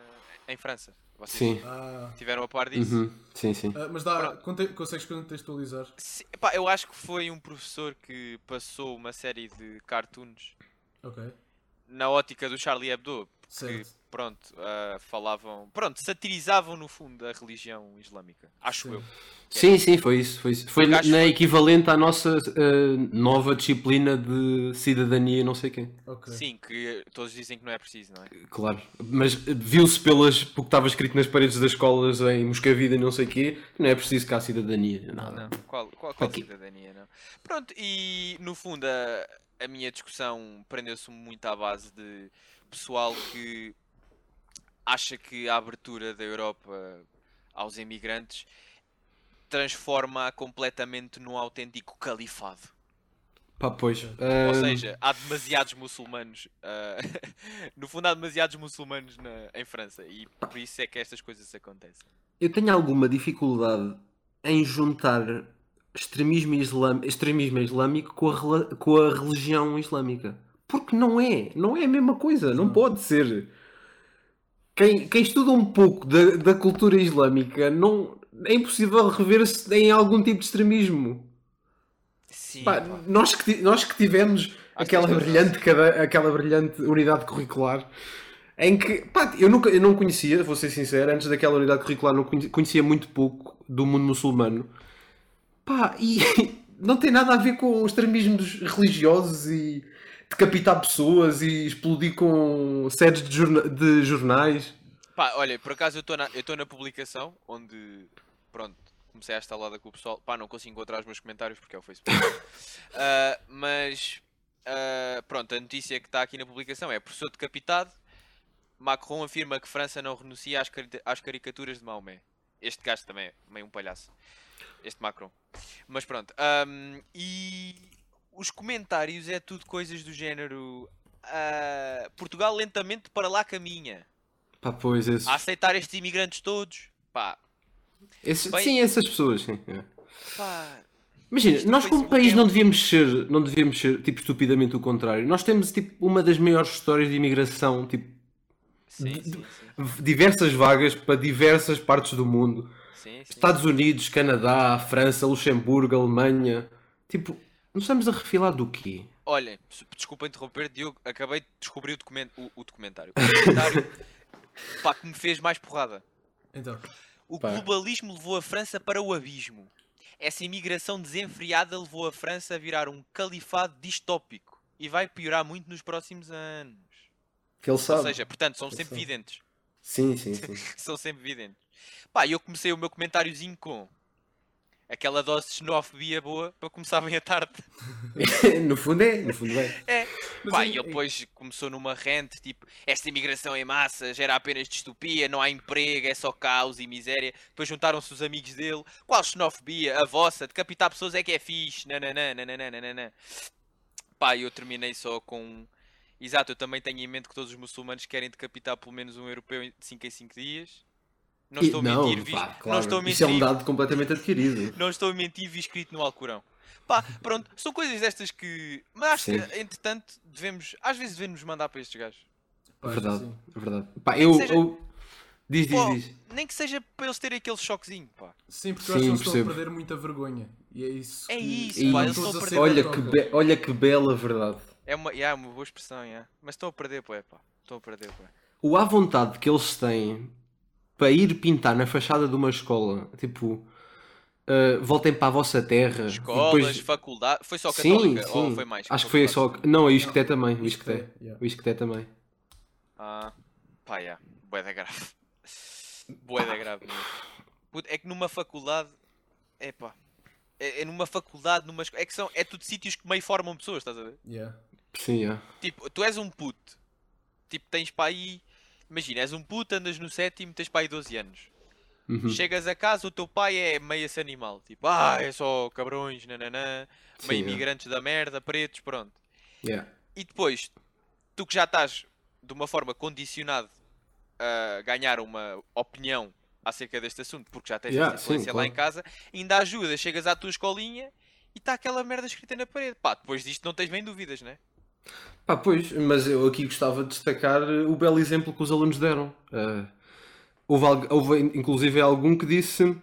Speaker 1: em França. Vocês
Speaker 2: Sim.
Speaker 3: Ah,
Speaker 1: tiveram a par disso?
Speaker 2: Uhum. Sim, sim.
Speaker 3: ah, mas dá, conte- consegues contextualizar?
Speaker 1: Se- pá, eu acho que foi um professor que passou uma série de cartoons
Speaker 3: Ok,
Speaker 1: na ótica do Charlie Hebdo. Que,
Speaker 3: certo.
Speaker 1: pronto, ah, falavam. Pronto, satirizavam no fundo a religião islâmica. Acho
Speaker 3: Sim.
Speaker 1: eu.
Speaker 2: Sim, sim, foi isso. Foi, isso. foi na,
Speaker 1: acho que
Speaker 2: na
Speaker 1: foi-
Speaker 2: equivalente à nossa eh, nova disciplina de cidadania, não sei quem.
Speaker 3: Ok.
Speaker 1: Sim, que todos dizem que não é preciso, não é?
Speaker 2: Claro. Mas eh, viu-se pelas porque estava escrito nas paredes das escolas em Moscavida e não sei quê, que não é preciso cá cidadania,
Speaker 1: Não,
Speaker 2: nada.
Speaker 1: qual, qual, qual
Speaker 2: Ok.
Speaker 1: cidadania, não. Pronto, e no fundo a, a minha discussão prendeu-se muito à base de pessoal que acha que a abertura da Europa aos imigrantes transforma completamente num autêntico califado.
Speaker 2: Pá, pois.
Speaker 1: Ou
Speaker 2: ah,
Speaker 1: seja, há demasiados muçulmanos. ah, no fundo, há demasiados muçulmanos na- em França e por isso é que estas coisas acontecem.
Speaker 2: Eu tenho alguma dificuldade em juntar extremismo, islam... extremismo islâmico com a, rela- com a religião islâmica. Porque não é, não é a mesma coisa, não, pode ser. Quem, quem estuda um pouco da, da cultura islâmica não é impossível rever-se em algum tipo de extremismo.
Speaker 1: Sim,
Speaker 2: Pá,
Speaker 1: pá.
Speaker 2: nós, que, ti- nós que tivemos
Speaker 1: que
Speaker 2: aquela
Speaker 1: tens razão.
Speaker 2: brilhante, cada, aquela brilhante unidade curricular em que pá, eu, nunca, eu não conhecia, vou ser sincero, antes daquela unidade curricular não conhe- conhecia muito pouco do mundo muçulmano pá, e não tem nada a ver com os extremismos religiosos e decapitar pessoas e explodir com sedes de, jorna- de jornais.
Speaker 1: Pá, olha, por acaso eu estou na, eu tô na publicação onde, pronto, comecei a estalada com o pessoal. Pá, não consigo encontrar os meus comentários porque é o Facebook. Ah, mas, ah, pronto, a notícia que está aqui na publicação é professor decapitado. Macron afirma que França não renuncia às, cari- às caricaturas de Maomé. Este gajo também é meio um palhaço. Este Macron. Mas pronto. ahm, e os comentários é tudo coisas do género. ah, Portugal lentamente para lá caminha
Speaker 2: Pá, pois, esses,
Speaker 1: a aceitar estes imigrantes todos. Pá,
Speaker 2: esses-
Speaker 1: bem-
Speaker 2: sim, essas pessoas, sim. é.
Speaker 1: pá.
Speaker 2: Imagina,
Speaker 1: Isto no
Speaker 2: nós como
Speaker 1: Facebook
Speaker 2: país
Speaker 1: é
Speaker 2: não
Speaker 1: um-
Speaker 2: devíamos ser, não devíamos ser, tipo, estupidamente o contrário. Nós temos, tipo, uma das maiores histórias de imigração, tipo,
Speaker 1: Sim,
Speaker 2: De-
Speaker 1: sim,
Speaker 2: v- diversas vagas para diversas partes do mundo.
Speaker 1: sim. sim, sim.
Speaker 2: Estados Unidos, Canadá, França, Luxemburgo, Alemanha. Tipo, não estamos a refilar do quê?
Speaker 1: Olhem, su- desculpa interromper, Diogo, acabei de descobrir o, document... o, o documentário. O documentário pá, que me fez mais porrada.
Speaker 3: Então,
Speaker 1: O
Speaker 2: Pá.
Speaker 1: globalismo levou a França para o abismo. Essa imigração desenfreada levou a França a virar um califado distópico e vai piorar muito nos próximos anos.
Speaker 2: Que ele
Speaker 1: Ou seja, portanto, são
Speaker 2: Eu
Speaker 1: sempre
Speaker 2: sei.
Speaker 1: videntes.
Speaker 2: Sim, sim, sim.
Speaker 1: são sempre videntes. Pá, e eu comecei o meu comentáriozinho com aquela dose de xenofobia boa para começar bem a tarde.
Speaker 2: no fundo é, no fundo é.
Speaker 3: Mas
Speaker 1: Pá,
Speaker 3: é-
Speaker 1: e ele
Speaker 3: é-
Speaker 1: depois começou numa rente, tipo, esta imigração em massa gera apenas distopia, não há emprego, é só caos e miséria. Depois juntaram-se os amigos dele. Qual xenofobia? A vossa, decapitar pessoas é que é fixe. Nananã, nananã, nananã. Pá, e eu terminei só com um- Exato, eu também tenho em mente que todos os muçulmanos querem decapitar pelo menos um europeu em 5 em 5 dias. Não estou a mentir, visto.
Speaker 2: pá,
Speaker 1: não
Speaker 2: claro.
Speaker 1: estou a mentir.
Speaker 2: Isso é um dado completamente adquirido.
Speaker 1: Não estou a mentir, vi escrito no Alcorão. Pá, pronto, são coisas destas que. Mas acho que,
Speaker 2: Sim.
Speaker 1: entretanto, devemos. Às vezes devemos mandar para estes gajos.
Speaker 3: pá,
Speaker 2: É verdade,
Speaker 3: sim.
Speaker 2: verdade. Pá, eu,
Speaker 1: Ou seja-
Speaker 2: eu- Diz, diz,
Speaker 1: Pô,
Speaker 2: diz.
Speaker 1: nem que seja para eles terem aquele choquezinho, pá.
Speaker 3: Sim, porque
Speaker 2: Sim,
Speaker 3: eu acho que eles estão a
Speaker 2: percebo.
Speaker 3: perder muita vergonha. E é isso.
Speaker 1: É
Speaker 3: que-
Speaker 1: isso,
Speaker 3: estão
Speaker 2: pá, eles
Speaker 3: todos
Speaker 1: estão a perder-
Speaker 3: a sair da
Speaker 2: Olha que,
Speaker 3: troca.
Speaker 2: be- olha que bela verdade.
Speaker 1: É uma, yeah, é uma boa expressão, yeah. mas estão a perder, pá, é, pá. Estão a perder, pá.
Speaker 2: O à vontade que eles têm para ir pintar na fachada de uma escola, tipo, ah, voltem para a vossa terra. e
Speaker 1: Escolas,
Speaker 2: depois-
Speaker 1: faculdade. Foi só
Speaker 2: Sim,
Speaker 1: católica?
Speaker 2: sim.
Speaker 1: Ou foi mais?
Speaker 2: Acho que foi só.
Speaker 1: Católica.
Speaker 2: Não, o Isqueté também. O Isqueté.
Speaker 3: Isqueté, yeah.
Speaker 2: O Isqueté também.
Speaker 1: Ah, pá, yeah. Boé da grave. Boé da grave mesmo. Puto, é que numa faculdade. É pá. É, é numa faculdade, numa escola. É que são. É tudo sítios que meio formam pessoas, estás a ver?
Speaker 3: Yeah.
Speaker 2: Sim, é.
Speaker 1: Tipo, tu és um puto. Tipo, tens para aí. Imagina, és um puto, andas no sétimo, tens para aí 12 anos.
Speaker 2: Uhum.
Speaker 1: Chegas a casa, o teu pai é meio esse animal. Tipo, ah, é só cabrões, nananã. Meio
Speaker 2: Sim, é.
Speaker 1: imigrantes da merda, pretos, pronto.
Speaker 2: Yeah.
Speaker 1: E depois, tu que já estás de uma forma condicionado a ganhar uma opinião acerca deste assunto, porque já tens
Speaker 2: Yeah,
Speaker 1: essa
Speaker 2: sim,
Speaker 1: influência lá
Speaker 2: claro.
Speaker 1: em casa, ainda ajuda, chegas à tua escolinha e está aquela merda escrita na parede. Pá, depois disto não tens bem dúvidas, né?
Speaker 2: Pá, pois, mas eu aqui gostava de destacar eh, o belo exemplo que os alunos deram. Ah, houve, algu- houve, inclusive algum que disse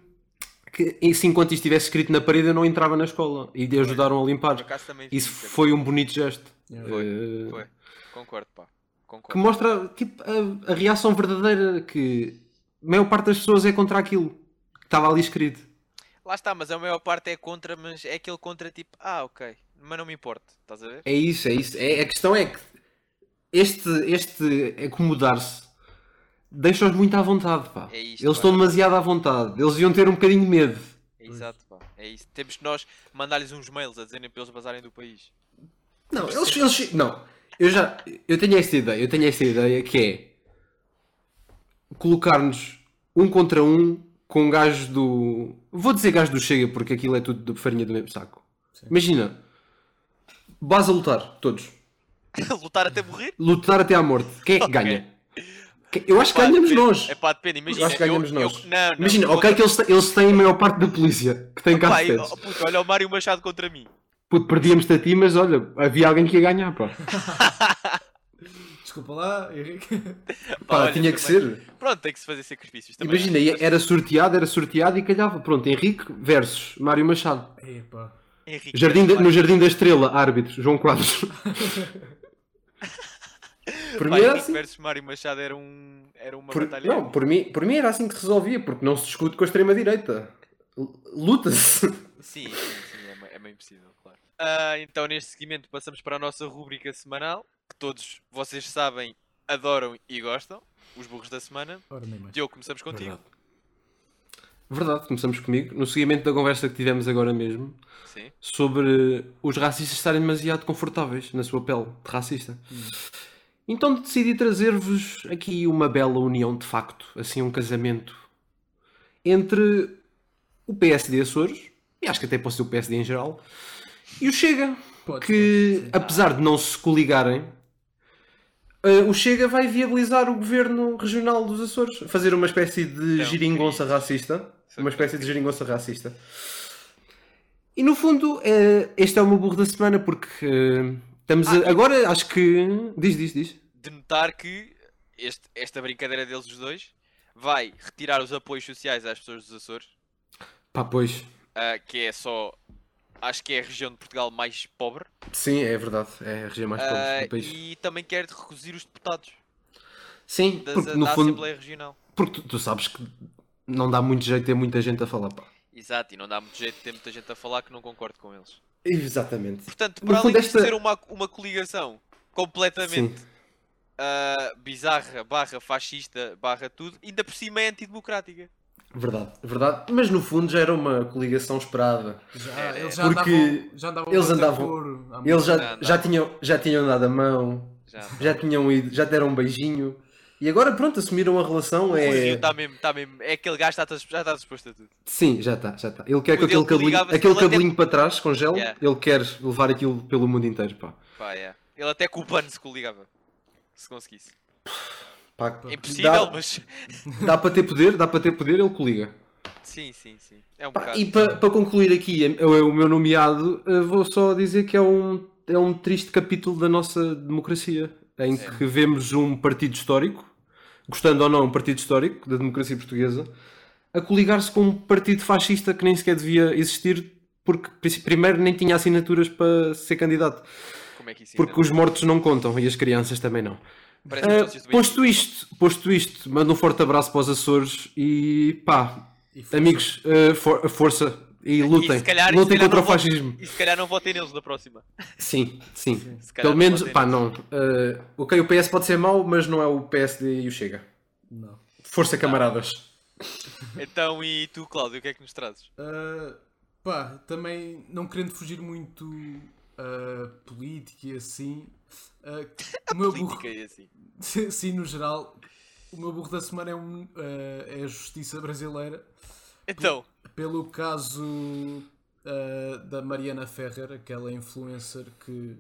Speaker 2: que e se enquanto isto estivesse escrito na parede eu não entrava na escola e de ajudaram a
Speaker 1: Por
Speaker 2: limpar.
Speaker 1: acaso também vi
Speaker 2: Isso
Speaker 1: isso, é
Speaker 2: foi um bonito gesto.
Speaker 3: Yeah.
Speaker 2: Ah,
Speaker 1: foi. Concordo, pá.
Speaker 2: que
Speaker 1: Concordo.
Speaker 2: mostra tipo, a, a reação verdadeira que a maior parte das pessoas é contra aquilo que estava ali escrito.
Speaker 1: Lá está, mas a maior parte é contra, mas é aquele contra tipo, ah, ok, mas não me importa, estás a ver?
Speaker 2: É isso, é isso. É, a questão é que este, este acomodar-se deixa-os muito à vontade, pá.
Speaker 1: É isto,
Speaker 2: Eles
Speaker 1: pá.
Speaker 2: estão demasiado à vontade. Eles iam ter um bocadinho de medo.
Speaker 1: É exato, pá. É isso. Temos que nós mandar-lhes uns mails a dizerem para eles vazarem do país.
Speaker 2: Não, eles, eles- Não, eu já. Eu tenho esta ideia. Eu tenho esta ideia que é. Colocar-nos um contra um com um gajo do. Vou dizer gajo do Chega porque aquilo é tudo de farinha do mesmo saco. Imagina. Bás a lutar, todos.
Speaker 1: Lutar até morrer?
Speaker 2: Lutar até à morte. Quem é que ganha? Que- Eu acho que
Speaker 1: Pá,
Speaker 2: ganhamos
Speaker 1: depende.
Speaker 2: nós.
Speaker 1: É pá, depende, imagina.
Speaker 2: acho que ganhamos
Speaker 1: eu-
Speaker 2: nós.
Speaker 1: eu- não, não,
Speaker 2: Imagina,
Speaker 1: eu
Speaker 2: ok
Speaker 1: contra-
Speaker 2: que eles, te- eles têm a maior parte da polícia que tem
Speaker 1: Pá,
Speaker 2: casos
Speaker 1: eu- oh,
Speaker 2: testes.
Speaker 1: puto, olha o Mário Machado contra mim.
Speaker 2: Puto, perdíamos-te a ti, mas olha, havia alguém que ia ganhar, pá.
Speaker 3: Desculpa lá, Henrique.
Speaker 1: Pá,
Speaker 2: Pá,
Speaker 1: olha,
Speaker 2: tinha que
Speaker 1: também-
Speaker 2: ser.
Speaker 1: Pronto, tem que se fazer sacrifícios também.
Speaker 2: Imagina, ia- era sorteado, era sorteado e calhava. Pronto, Henrique versus Mário Machado.
Speaker 3: Epá.
Speaker 1: Henrique,
Speaker 2: Jardim da-
Speaker 1: Mário-
Speaker 2: no Jardim da Estrela, árbitro, João Quadros. por
Speaker 1: pá,
Speaker 2: mim era
Speaker 1: Henrique
Speaker 2: assim.
Speaker 1: versus Mário Machado era, um, era uma
Speaker 2: Por-
Speaker 1: batalha.
Speaker 2: não, por mim, por mim era assim que se resolvia, porque não se discute com a extrema-direita. L- Luta-se.
Speaker 1: Sim, sim, sim, é, ma- é meio impossível, claro. Ah, então, neste seguimento, passamos para a nossa rúbrica semanal, que todos vocês sabem, adoram e gostam. Os burros da semana.
Speaker 3: Ora, nem
Speaker 2: Tipo,
Speaker 3: mais.
Speaker 1: Diogo, começamos contigo.
Speaker 2: Verdade, começamos comigo. No seguimento da conversa que tivemos agora mesmo,
Speaker 1: Sim.
Speaker 2: sobre os racistas estarem demasiado confortáveis na sua pele de racista. Então decidi trazer-vos aqui uma bela união de facto, assim um casamento entre o PSD Açores, e acho que até pode ser o PSD em geral, e o Chega,
Speaker 3: Pode,
Speaker 2: que apesar de não se coligarem, eh, o Chega vai viabilizar o governo regional dos Açores, fazer uma espécie de
Speaker 1: Então,
Speaker 2: giringonça racista,
Speaker 1: Só
Speaker 2: uma
Speaker 1: que-
Speaker 2: espécie de giringonça racista. E no fundo, eh, este é o meu burro da semana porque eh, estamos a- agora, acho que. Diz, diz, diz.
Speaker 1: de notar que este- esta brincadeira deles os dois vai retirar os apoios sociais às pessoas dos Açores,
Speaker 2: Pá, pois.
Speaker 1: ah, que é só. Acho que é a região de Portugal mais pobre.
Speaker 2: Sim, é verdade. É a região mais pobre
Speaker 1: ah,
Speaker 2: do país.
Speaker 1: e também quer reduzir os deputados
Speaker 2: Sim,
Speaker 1: da,
Speaker 2: porque
Speaker 1: da,
Speaker 2: no
Speaker 1: da
Speaker 2: fundo.
Speaker 1: Assembleia Regional.
Speaker 2: Porque tu, tu sabes que não dá muito jeito ter muita gente a falar, pá.
Speaker 1: Exato, e não dá muito jeito de ter muita gente a falar que não concorde com eles.
Speaker 2: Exatamente.
Speaker 1: Portanto,
Speaker 2: No
Speaker 1: para além
Speaker 2: fundo,
Speaker 1: de
Speaker 2: esta-
Speaker 1: ser uma, uma coligação completamente ah, bizarra, barra fascista, barra tudo, ainda por cima é antidemocrática.
Speaker 2: Verdade, verdade. Mas no fundo já era uma coligação esperada.
Speaker 3: Já, eles já
Speaker 2: Porque
Speaker 3: andavam, já andavam
Speaker 2: eles
Speaker 3: a bater
Speaker 2: andavam-
Speaker 3: couro há muito
Speaker 2: Eles
Speaker 1: Não,
Speaker 2: já,
Speaker 1: não.
Speaker 2: já, tinham, já tinham dado a mão,
Speaker 1: Já.
Speaker 2: já tinham ido, já deram um beijinho. E agora pronto, assumiram a relação.
Speaker 1: O
Speaker 2: é...
Speaker 1: Rio tá mesmo, tá mesmo. É aquele gajo que tá- já está disposto a tudo.
Speaker 2: Sim, já está, já está. Ele quer
Speaker 1: O dele
Speaker 2: com aquele
Speaker 1: que
Speaker 2: cabelinho,
Speaker 1: ligava-se,
Speaker 2: aquele
Speaker 1: ele até-
Speaker 2: cabelinho para trás, com gel,
Speaker 1: Yeah.
Speaker 2: ele quer levar aquilo pelo mundo inteiro, pá.
Speaker 1: Pá, é. Ele até com o pano se coligava. Se conseguisse.
Speaker 2: Pá,
Speaker 1: É impossível,
Speaker 2: dá,
Speaker 1: mas.
Speaker 2: dá para ter poder, dá para ter poder, ele coliga.
Speaker 1: Sim, sim, sim. É um
Speaker 2: Pá,
Speaker 1: bocado.
Speaker 2: e para, para concluir aqui é- é o meu nomeado, eh, vou só dizer que é um, é um triste capítulo da nossa democracia, em
Speaker 1: Sim.
Speaker 2: que vemos um partido histórico gostando ou não, um partido histórico da democracia portuguesa, a coligar-se com um partido fascista que nem sequer devia existir, porque pri- primeiro nem tinha assinaturas para ser candidato,
Speaker 1: Como é que isso
Speaker 2: porque os mortos não contam e as crianças também não.
Speaker 1: Parece
Speaker 2: Ah,
Speaker 1: um exercício do
Speaker 2: posto isto, posto isto, mando um forte abraço para os Açores e pá,
Speaker 3: E força.
Speaker 2: amigos, ah, for- força e lutem,
Speaker 1: se calhar- e se
Speaker 2: lutem
Speaker 1: calhar
Speaker 2: contra o
Speaker 1: não vou-
Speaker 2: fascismo.
Speaker 1: E se calhar não votem neles na próxima.
Speaker 2: Sim, sim.
Speaker 1: Se calhar
Speaker 2: Pelo
Speaker 1: não
Speaker 2: menos,
Speaker 1: podem,
Speaker 2: pá, não. Eh, ok, o PS pode ser mau, mas não é o PSD e o Chega.
Speaker 3: Não.
Speaker 2: Força, camaradas.
Speaker 1: Então, e tu, Cláudio, o que é que nos trazes?
Speaker 3: Ah, pá, também não querendo fugir muito ah, política e assim. ah, o meu burro,
Speaker 1: Política e assim.
Speaker 3: sim, no geral, o meu burro da semana é, um, ah, é a justiça brasileira.
Speaker 1: Então,
Speaker 3: Pelo caso ah, da Mariana Ferrer, aquela influencer que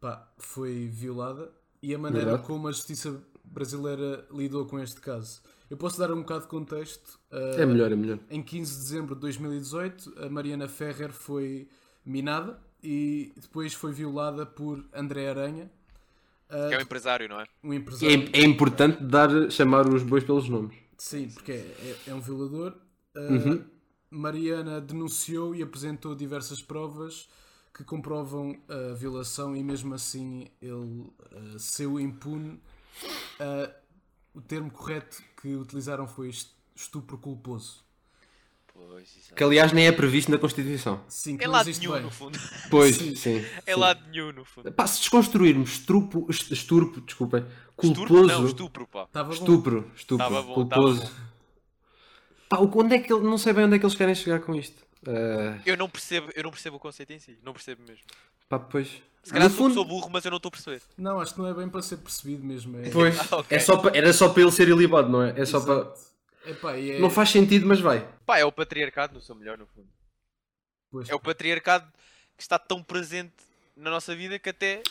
Speaker 3: pá, foi violada, e a maneira
Speaker 2: Verdade.
Speaker 3: como a justiça brasileira lidou com este caso. Eu posso dar um bocado de contexto. ah,
Speaker 2: É melhor, é melhor.
Speaker 3: em 15 de dezembro de 2018, a Mariana Ferrer foi minada e depois foi violada por André Aranha, Ah.
Speaker 1: que é um empresário, não é?
Speaker 3: um empresário.
Speaker 2: É, é importante dar, chamar os bois pelos nomes.
Speaker 3: Sim, porque é, é- é um violador. Uh,
Speaker 2: Uhum.
Speaker 3: Mariana denunciou e apresentou diversas provas que comprovam a violação e mesmo assim ele uh, seu impune. Uh, o termo correto que utilizaram foi est- estupro culposo.
Speaker 1: Pois, exato.
Speaker 2: Que, aliás, nem é previsto na Constituição.
Speaker 3: Sim, que
Speaker 1: É
Speaker 3: não
Speaker 1: lado
Speaker 3: existe
Speaker 1: nenhum,
Speaker 3: bem.
Speaker 1: no fundo.
Speaker 2: Pois,
Speaker 3: Sim.
Speaker 2: sim.
Speaker 1: É
Speaker 2: sim.
Speaker 1: lado nenhum, no fundo.
Speaker 2: Pá, se desconstruirmos estrupo, est- esturpo, desculpem,
Speaker 1: Estupro?
Speaker 2: culposo,
Speaker 1: Não, estupro, pá.
Speaker 3: Estava bom.
Speaker 2: estupro, estupro,
Speaker 1: Tava bom, tava
Speaker 2: culposo. Pá, o- onde é que ele, não sei bem onde é que eles querem chegar com isto. Eh,
Speaker 1: Eu não percebo, eu não percebo o conceito em si. Não percebo mesmo.
Speaker 2: pá, pois.
Speaker 1: Se calhar
Speaker 2: No
Speaker 1: sou,
Speaker 2: fundo-
Speaker 1: sou burro, mas eu não estou a perceber.
Speaker 3: Não, acho que não é bem para ser percebido mesmo. É,
Speaker 2: Pois.
Speaker 1: Ah, ok.
Speaker 2: é só pa- era só para ele ser ilibado, não é? É só para.
Speaker 3: Epá, e é,
Speaker 2: Não faz sentido, mas vai.
Speaker 1: Pá, é o patriarcado no seu melhor, no fundo.
Speaker 3: pois,
Speaker 1: É o patriarcado que está tão presente na nossa vida que até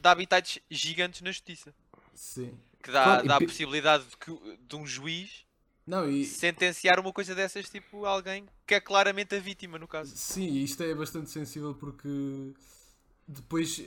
Speaker 1: dá habitats gigantes na justiça.
Speaker 3: sim.
Speaker 1: Que dá,
Speaker 2: Claro, e
Speaker 1: dá a
Speaker 2: pi-
Speaker 1: possibilidade de, que- de um juiz
Speaker 3: Não, e
Speaker 1: sentenciar uma coisa dessas, tipo alguém que é claramente a vítima, no caso.
Speaker 3: sim, e isto é bastante sensível porque depois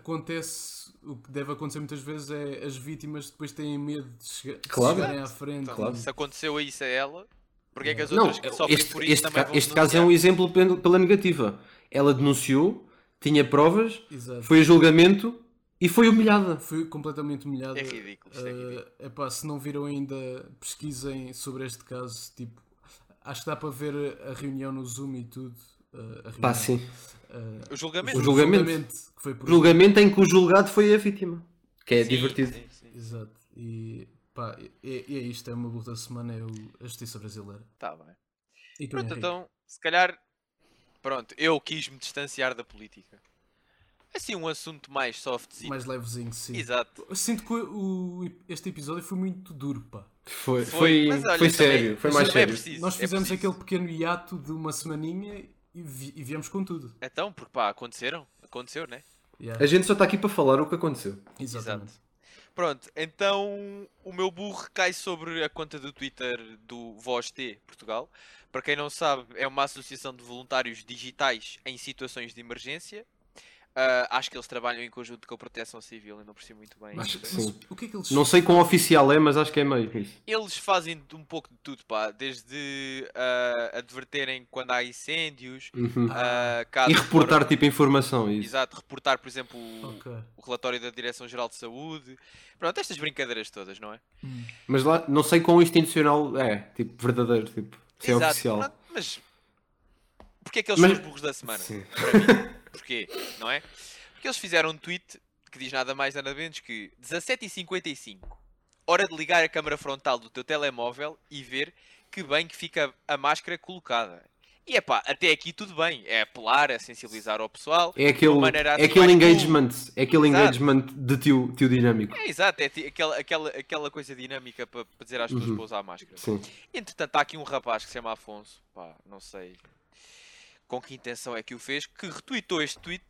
Speaker 3: acontece o que deve acontecer muitas vezes é as vítimas depois têm medo de chegar, de
Speaker 2: Claro.
Speaker 3: chegarem à frente.
Speaker 1: Então,
Speaker 2: Claro.
Speaker 1: Se aconteceu a isso a ela, porque é que as
Speaker 2: Não,
Speaker 1: outras que sofrem
Speaker 2: este,
Speaker 1: por isso
Speaker 2: este
Speaker 1: também
Speaker 2: ca-
Speaker 1: vão
Speaker 2: este caso é um
Speaker 1: denunciar?
Speaker 2: exemplo pelo- pela negativa. Ela denunciou, tinha provas,
Speaker 3: Exato.
Speaker 2: foi a julgamento e foi humilhada.
Speaker 3: Fui completamente humilhado.
Speaker 1: É ridículo, isto é ridículo.
Speaker 3: Eh, epá, se não viram ainda, pesquisem sobre este caso. Tipo, acho que dá para ver a reunião no Zoom e tudo. eh, a reunião,
Speaker 2: Pá, sim.
Speaker 3: eh,
Speaker 1: O julgamento.
Speaker 2: O julgamento.
Speaker 3: que foi por
Speaker 2: Julgamento em que o julgado foi a vítima. Que é
Speaker 1: Sim,
Speaker 2: divertido.
Speaker 1: sim, sim.
Speaker 3: Exato. E pá, e, e é isto, é uma boa da semana, é o- a justiça brasileira.
Speaker 1: Tá bem.
Speaker 3: E tu,
Speaker 1: Pronto,
Speaker 3: Henrique?
Speaker 1: então, se calhar, pronto, eu quis me distanciar da política. Assim, um assunto mais softzinho.
Speaker 3: mais levezinho, sim.
Speaker 1: Exato.
Speaker 3: Eu Sinto que o, o- este episódio foi muito duro, pá.
Speaker 2: Foi,
Speaker 1: Foi,
Speaker 2: foi,
Speaker 1: mas olha,
Speaker 2: foi
Speaker 1: também-
Speaker 2: sério, foi
Speaker 1: mas
Speaker 2: mais
Speaker 1: também é
Speaker 2: sério.
Speaker 1: preciso,
Speaker 3: Nós
Speaker 1: é
Speaker 3: fizemos
Speaker 1: preciso.
Speaker 3: aquele pequeno hiato de uma semaninha e, vi- e viemos com tudo.
Speaker 1: Então, porque pá, aconteceram. Aconteceu, né?
Speaker 3: Yeah,
Speaker 2: A gente só está aqui para falar o que aconteceu.
Speaker 3: Exatamente.
Speaker 1: Pronto, então o meu burro cai sobre a conta do Twitter do Voz T Portugal. Para quem não sabe, é uma associação de voluntários digitais em situações de emergência. Ah, acho que eles trabalham em conjunto com a Proteção Civil, eu não percebo muito bem.
Speaker 2: Acho
Speaker 1: isto.
Speaker 2: que
Speaker 3: Mas
Speaker 2: sim.
Speaker 3: o que é que eles
Speaker 2: Não sei quão oficial é, mas acho que é meio que isso.
Speaker 1: Eles fazem de um pouco de tudo, pá. Desde ah, adverterem quando há incêndios,
Speaker 2: Uhum.
Speaker 1: ah,
Speaker 2: E
Speaker 1: casos
Speaker 2: reportar
Speaker 1: fora-
Speaker 2: tipo informação. Isso.
Speaker 1: Exato, reportar, por exemplo, o-
Speaker 3: Ok.
Speaker 1: o relatório da Direção-Geral de Saúde. Pronto, estas brincadeiras todas, não é?
Speaker 2: Mas lá, não sei quão institucional é, tipo, verdadeiro, tipo, se é oficial.
Speaker 1: pronto, mas porquê é que eles
Speaker 2: Mas-
Speaker 1: são os burros da semana?
Speaker 2: Sim.
Speaker 1: Porquê? Não é? Porque eles fizeram um tweet que diz nada mais nada menos que 17h55. Hora de ligar a câmara frontal do teu telemóvel e ver que bem que fica a máscara colocada. E é pá, até aqui tudo bem. É apelar, é sensibilizar ao pessoal.
Speaker 2: É aquele,
Speaker 1: maneira assim
Speaker 2: é aquele
Speaker 1: mais cool.
Speaker 2: engagement, é aquele
Speaker 1: Exato.
Speaker 2: engagement de tio, tio dinâmico.
Speaker 1: É exato, é ti- aquela, aquela, aquela coisa dinâmica para dizer às pessoas
Speaker 2: Uhum.
Speaker 1: para usar a máscara.
Speaker 2: Sim.
Speaker 1: Entretanto, há aqui um rapaz que se chama Afonso, pá, não sei com que intenção é que o fez, que retweetou este tweet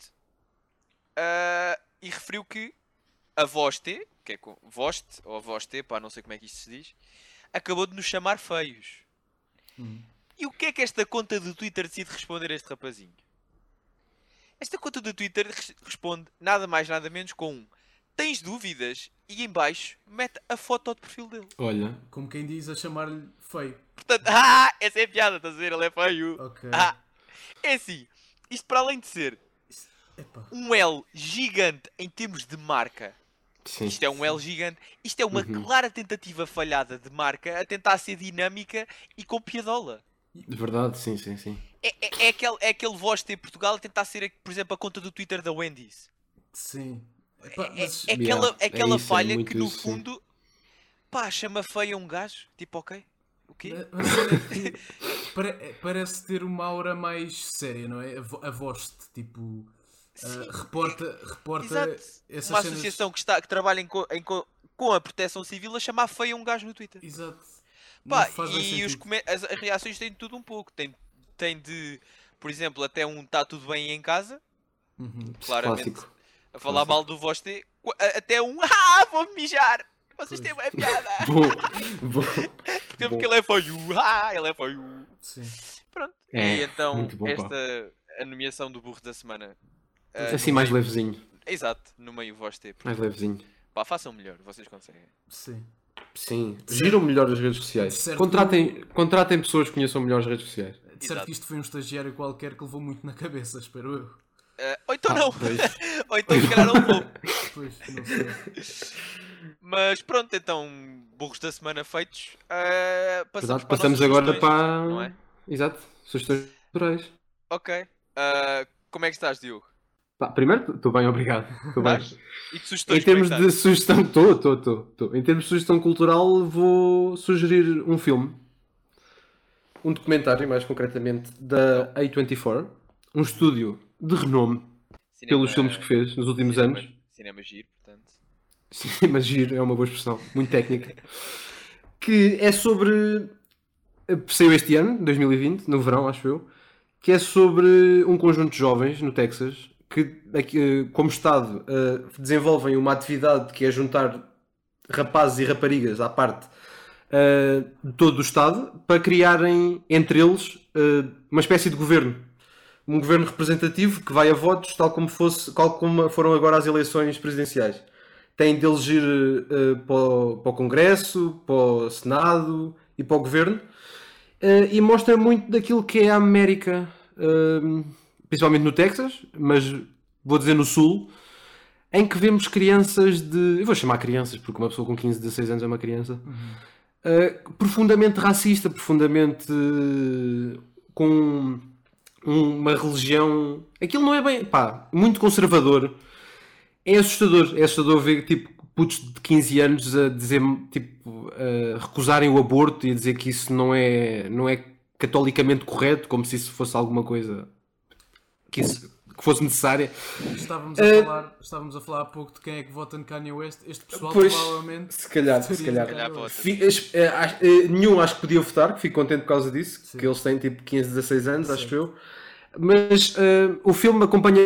Speaker 1: ah, e referiu que a voz T, que é com Voste, ou voz T, pá, não sei como é que isto se diz, acabou de nos chamar feios.
Speaker 3: Hum.
Speaker 1: E o que é que esta conta do Twitter decide responder a este rapazinho? Esta conta do Twitter res- responde nada mais nada menos com um tens dúvidas e em baixo mete a foto de perfil dele.
Speaker 2: Olha,
Speaker 3: Como quem diz, a chamar-lhe feio.
Speaker 1: Portanto, ah, essa é a piada, estás a ver? Ele é feio.
Speaker 3: Ok.
Speaker 1: Ah, é assim, isto para além de ser
Speaker 3: Epá.
Speaker 1: um L gigante em termos de marca,
Speaker 2: sim.
Speaker 1: isto é um L gigante, isto é uma
Speaker 2: Uhum.
Speaker 1: clara tentativa falhada de marca a tentar ser dinâmica e com piadola.
Speaker 2: De verdade, sim, sim, sim.
Speaker 1: É, é, é aquele, é aquele voz de ter Portugal a tentar ser, por exemplo, a conta do Twitter da Wendy's.
Speaker 3: Sim. Epá,
Speaker 1: É,
Speaker 3: mas-
Speaker 1: é aquela,
Speaker 2: Yeah, é
Speaker 1: aquela
Speaker 2: isso, é
Speaker 1: falha
Speaker 2: muito
Speaker 1: que no
Speaker 2: isso, sim.
Speaker 1: fundo pá, chama feio um gajo. Tipo, ok. O quê?
Speaker 2: Né,
Speaker 3: Eh, mas olha que pare- parece ter uma aura mais séria, não é? A, vo- a voz de tipo. eh,
Speaker 2: ah,
Speaker 1: Sim.
Speaker 3: reporta reporta
Speaker 1: Exato.
Speaker 3: essas
Speaker 1: Uma
Speaker 3: cenas-
Speaker 1: associação que, está, que trabalha em co- em co- com a proteção civil a chamar feio um gajo no Twitter.
Speaker 3: Exato. Não
Speaker 1: Pá,
Speaker 3: faz bem
Speaker 1: e os
Speaker 3: sentido.
Speaker 1: come- as, as reações têm de tudo um pouco. Tem, tem de, por exemplo, até um está tudo bem em casa,
Speaker 3: Uhum.
Speaker 1: claramente
Speaker 2: Clássico.
Speaker 1: a falar
Speaker 2: Clássico.
Speaker 1: mal do vosso T, qu- a- até um ah, vou mijar! Vocês
Speaker 3: Pois.
Speaker 1: têm uma piada!
Speaker 2: Bom, bom.
Speaker 1: Porque
Speaker 2: Bom.
Speaker 1: ele é feio, ah, ele é feio.
Speaker 3: Sim.
Speaker 1: Pronto.
Speaker 2: É,
Speaker 1: e então,
Speaker 2: muito bom, pá.
Speaker 1: esta a nomeação do burro da semana. ah,
Speaker 2: Assim mais levezinho.
Speaker 1: Exato, no meio voz T.
Speaker 2: Mais levezinho.
Speaker 1: Pá, façam melhor, vocês conseguem.
Speaker 3: Sim.
Speaker 2: Sim. Giram melhor as redes sociais.
Speaker 3: Certo.
Speaker 2: Contratem, contratem pessoas que conheçam melhor as redes sociais.
Speaker 1: Então
Speaker 3: De certo que isto foi um estagiário qualquer que levou muito na cabeça, espero eu.
Speaker 1: Ah, ou então
Speaker 2: Ah,
Speaker 1: não!
Speaker 2: pois.
Speaker 1: ou então se calhar não vou.
Speaker 3: Pois, não sei.
Speaker 1: Mas pronto, então, burros da semana feitos. ah, passamos
Speaker 2: Exato,
Speaker 1: para
Speaker 2: Passamos
Speaker 1: as nossas
Speaker 2: agora
Speaker 1: sugestões.
Speaker 2: para.
Speaker 1: não é?
Speaker 2: Exato. Sugestões culturais.
Speaker 1: Ok. Ah, como é que estás, Diogo?
Speaker 2: Pá, primeiro, estou bem, obrigado. Estou bem.
Speaker 1: Estás? E que sugestões
Speaker 2: Em termos
Speaker 1: como é que
Speaker 2: de sugestão, estou, estou, estou. Em termos de sugestão cultural, vou sugerir um filme. Um documentário, mais concretamente, da A24. Um estúdio de renome
Speaker 1: estás? Cinema-
Speaker 2: pelos filmes que fez nos últimos
Speaker 1: cinema-
Speaker 2: anos.
Speaker 1: Cinema giro, portanto.
Speaker 2: Cinema giro é uma boa expressão, muito técnica. que é sobre. eh, Saiu este ano, 2020, no verão, acho eu. Que é sobre um conjunto de jovens no Texas que, aqui, eh, como Estado, eh, desenvolvem uma atividade que é juntar rapazes e raparigas à parte eh, de todo o Estado para criarem entre eles eh, uma espécie de governo. Um governo representativo que vai a votos, tal como, fosse, tal como foram agora as eleições presidenciais tem de eleger eh, para, o, para o Congresso, para o Senado e para o Governo. Eh, e mostra muito daquilo que é a América, eh, principalmente no Texas, mas vou dizer no Sul, em que vemos crianças de. Eu vou chamar crianças, porque uma pessoa com 15, 16 anos é uma criança. eh, profundamente racista, profundamente. eh, com uma religião. Aquilo não é bem. pá, muito conservador. É assustador, é assustador ver tipo putos de 15 anos a dizer tipo a recusarem o aborto e a dizer que isso não é não é catolicamente correto, como se isso fosse alguma coisa que, isso- que fosse necessária.
Speaker 3: Estávamos, a
Speaker 2: Eh,
Speaker 3: falar, estávamos a falar há pouco de quem é que vota no Kanye West. Este pessoal
Speaker 2: Pois,
Speaker 3: provavelmente.
Speaker 2: se calhar, se
Speaker 3: votaria no
Speaker 2: calhar.
Speaker 1: Se calhar
Speaker 3: Kanye West.
Speaker 1: vota.
Speaker 2: Fi- es- eh, acho- eh, nenhum acho que podia votar, que fico contente por causa disso,
Speaker 3: Sim.
Speaker 2: que eles têm tipo 15, 16 anos, acho eu. Mas eh, o filme acompanha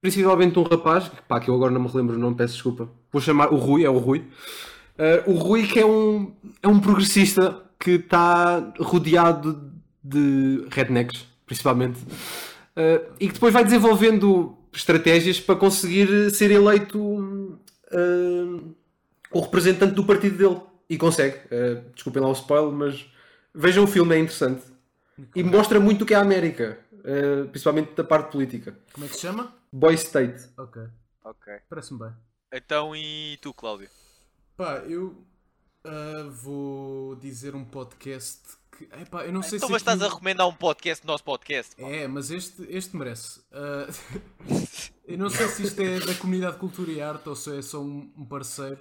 Speaker 2: principalmente um rapaz, que, pá, que eu agora não me relembro o nome, peço desculpa. Vou chamar o Rui, é o Rui. Eh, o Rui que é um, é um progressista que está rodeado de rednecks, principalmente. Eh, e que depois vai desenvolvendo estratégias para conseguir ser eleito hum, eh, o representante do partido dele. E consegue. Eh, desculpem lá o spoiler, mas vejam o filme, é interessante. E mostra muito o que é a América, eh, principalmente da parte política.
Speaker 3: Como é que se chama?
Speaker 2: Boy State.
Speaker 3: Ok,
Speaker 1: Ok.
Speaker 3: parece-me bem.
Speaker 1: Então, e tu, Cláudio?
Speaker 3: Pá, eu ah, vou dizer um podcast que. Epá, eu não sei
Speaker 1: Então,
Speaker 3: se.
Speaker 1: mas estás
Speaker 3: aquilo-
Speaker 1: a recomendar um podcast, nosso podcast. pá.
Speaker 3: É, mas este, este merece. Ah, eu não sei se isto é da comunidade de cultura e arte ou se é só um, um parceiro,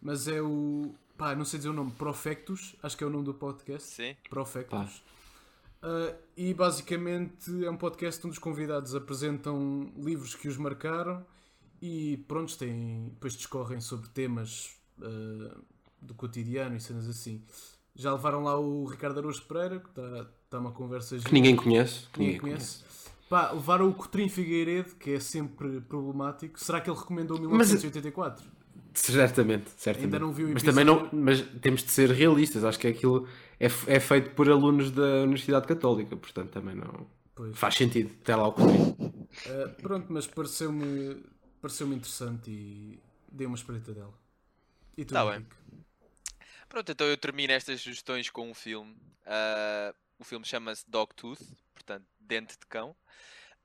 Speaker 3: mas é o. Pá, não sei dizer o nome. Profectus, acho que é o nome do podcast.
Speaker 1: Sim.
Speaker 3: Profectus. Ah, e basicamente é um podcast onde os convidados apresentam livros que os marcaram e pronto, têm, depois discorrem sobre temas ah, do cotidiano e cenas assim. Já levaram lá o Ricardo Araújo Pereira, que está tá uma conversa gira,
Speaker 2: Que ninguém conhece. que
Speaker 3: ninguém conhece. Pá, levaram o Cotrim Figueiredo, que é sempre problemático. Será que ele recomendou
Speaker 2: Mas-
Speaker 3: 1984?
Speaker 2: Certamente, certamente.
Speaker 3: Ainda não vi o
Speaker 2: mas também
Speaker 3: episódio.
Speaker 2: não, mas temos de ser realistas. Acho que aquilo é, f- é feito por alunos da Universidade Católica, portanto também não
Speaker 3: Pois. Ah,
Speaker 2: faz sentido. Até lá o Covid.
Speaker 3: Uh, pronto, mas pareceu-me pareceu interessante e dei uma espreita dela. E tu,
Speaker 1: Tá bem.
Speaker 3: Henrique?
Speaker 1: Pronto, então eu termino estas sugestões com um filme. Ah, o filme chama-se Dogtooth, portanto, Dente de Cão.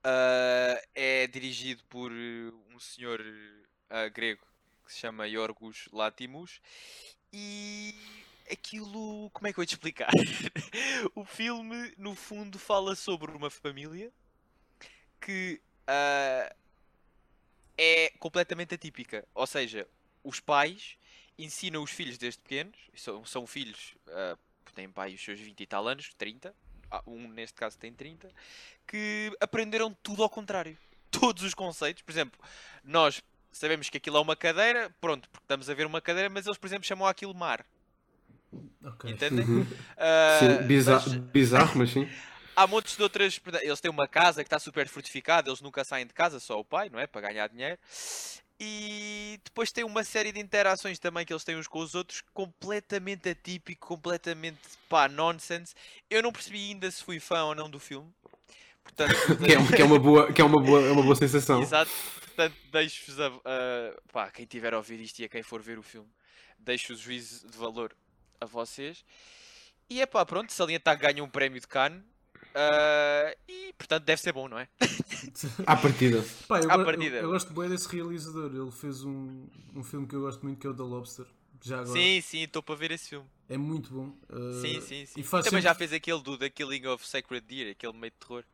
Speaker 1: Ah, é dirigido por eh, um senhor ah, grego que se chama Yorgos Latimus. E aquilo. Como é que eu ia te explicar? o filme, no fundo, fala sobre uma família que ah, é completamente atípica. Ou seja, os pais ensinam os filhos desde pequenos, e são, são filhos, ah, que têm pai os seus 20 e tal anos, 30, ah, um neste caso tem 30, que aprenderam tudo ao contrário. Todos os conceitos, por exemplo, nós sabemos que aquilo é uma cadeira, pronto, porque estamos a ver uma cadeira, mas eles, por exemplo, chamam aquilo mar,
Speaker 3: Ok.
Speaker 1: entendem?
Speaker 2: Uhum.
Speaker 1: Ah,
Speaker 2: Sim, bizar-
Speaker 1: mas-
Speaker 2: bizarro, mas sim.
Speaker 1: há montes de outras. Eles têm uma casa que está super fortificada, eles nunca saem de casa, só o pai, não é? Para ganhar dinheiro. E depois tem uma série de interações também que eles têm uns com os outros, completamente atípico, completamente pá, nonsense. Eu não percebi ainda se fui fã ou não do filme. Portanto,
Speaker 2: Que é, que é uma boa, que é uma boa, é uma boa sensação.
Speaker 1: Exato, portanto, deixo-vos a. a- pá, quem tiver a ouvir isto e a quem for ver o filme, deixo o juízo de valor a vocês. E é pá, pronto, salientar ganha um prémio de Cannes. ah, e portanto deve ser bom, não é?
Speaker 2: À partida.
Speaker 3: Pá, eu,
Speaker 1: À
Speaker 3: go- eu-
Speaker 1: partida.
Speaker 3: eu gosto bem desse realizador. Ele fez um, um filme que eu gosto muito que é o The Lobster. Já agora.
Speaker 1: Sim, sim, estou para ver esse filme.
Speaker 3: É muito bom. Uh,
Speaker 1: sim, sim, sim.
Speaker 3: E faz
Speaker 1: Também
Speaker 3: sempre-
Speaker 1: já fez aquele do The Killing of Sacred Deer, aquele meio de terror.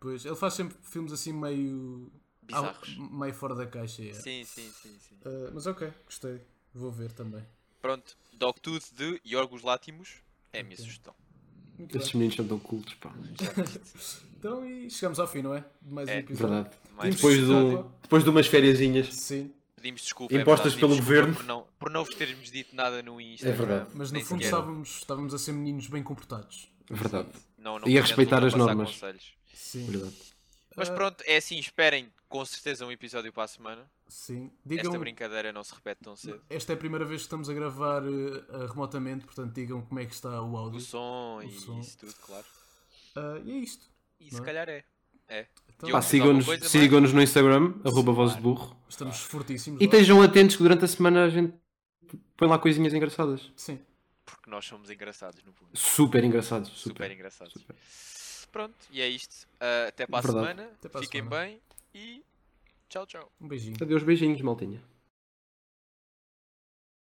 Speaker 3: Pois, ele faz sempre filmes assim meio. ah,
Speaker 1: Bizarros.
Speaker 3: meio fora da caixa. é.
Speaker 1: Sim, sim, sim, sim.
Speaker 3: Uh, mas ok, gostei. Vou ver também.
Speaker 1: Pronto, Dogtooth de Yorgos Látimos é a minha
Speaker 3: Ok.
Speaker 1: sugestão.
Speaker 3: Muito
Speaker 2: Esses
Speaker 3: bem.
Speaker 2: meninos são tão cultos, pá.
Speaker 3: Então, e chegamos ao fim, não é? De mais um
Speaker 1: É,
Speaker 3: episódio.
Speaker 2: Verdade.
Speaker 1: Mais
Speaker 3: Temos-
Speaker 2: Depois, do, depois de umas fériasinhas.
Speaker 3: Sim,
Speaker 1: Pedimos desculpa. é
Speaker 2: Impostas
Speaker 1: verdade,
Speaker 2: pelo
Speaker 1: pedimos desculpa
Speaker 2: governo. É
Speaker 1: Por não, por não vos termos dito nada no Instagram.
Speaker 2: verdade.
Speaker 3: mas no
Speaker 1: nem
Speaker 3: fundo
Speaker 1: sequer.
Speaker 3: estávamos, estávamos a ser meninos bem comportados.
Speaker 2: Verdade.
Speaker 1: Não- não
Speaker 2: E a
Speaker 1: podemos
Speaker 2: respeitar as
Speaker 1: ultrapassar
Speaker 2: normas.
Speaker 1: conselhos.
Speaker 3: Sim,
Speaker 2: Verdade.
Speaker 3: Ah.
Speaker 1: Mas pronto, é assim. Esperem com certeza um episódio para a semana.
Speaker 3: sim.
Speaker 1: Esta
Speaker 3: Digam,
Speaker 1: brincadeira não se repete tão cedo.
Speaker 3: esta é a primeira vez que estamos a gravar eh, eh, remotamente, portanto digam como é que está o
Speaker 1: O
Speaker 3: áudio.
Speaker 1: som e
Speaker 3: som.
Speaker 1: isso tudo, claro.
Speaker 3: Ah, e é isto.
Speaker 1: E se
Speaker 3: Não é?
Speaker 1: calhar é.
Speaker 3: Então,
Speaker 2: Pá,
Speaker 1: Diogo,
Speaker 2: sigam-nos
Speaker 1: alguma coisa,
Speaker 2: sigam no Instagram, arroba voz de burro.
Speaker 3: estamos fortíssimos.
Speaker 2: E
Speaker 3: vá.
Speaker 2: estejam atentos que durante a semana a gente põe lá coisinhas engraçadas.
Speaker 3: Sim.
Speaker 1: Porque nós somos engraçados no fundo.
Speaker 2: Super engraçados.
Speaker 1: Super,
Speaker 2: Super.
Speaker 1: engraçados.
Speaker 2: super.
Speaker 1: Pronto, e é isto. Ah, até para a
Speaker 2: Verdade.
Speaker 1: semana.
Speaker 3: Até para a
Speaker 1: Fiquem
Speaker 3: semana.
Speaker 1: bem e tchau, tchau.
Speaker 3: Um beijinho.
Speaker 2: Adeus, beijinhos, maltinha.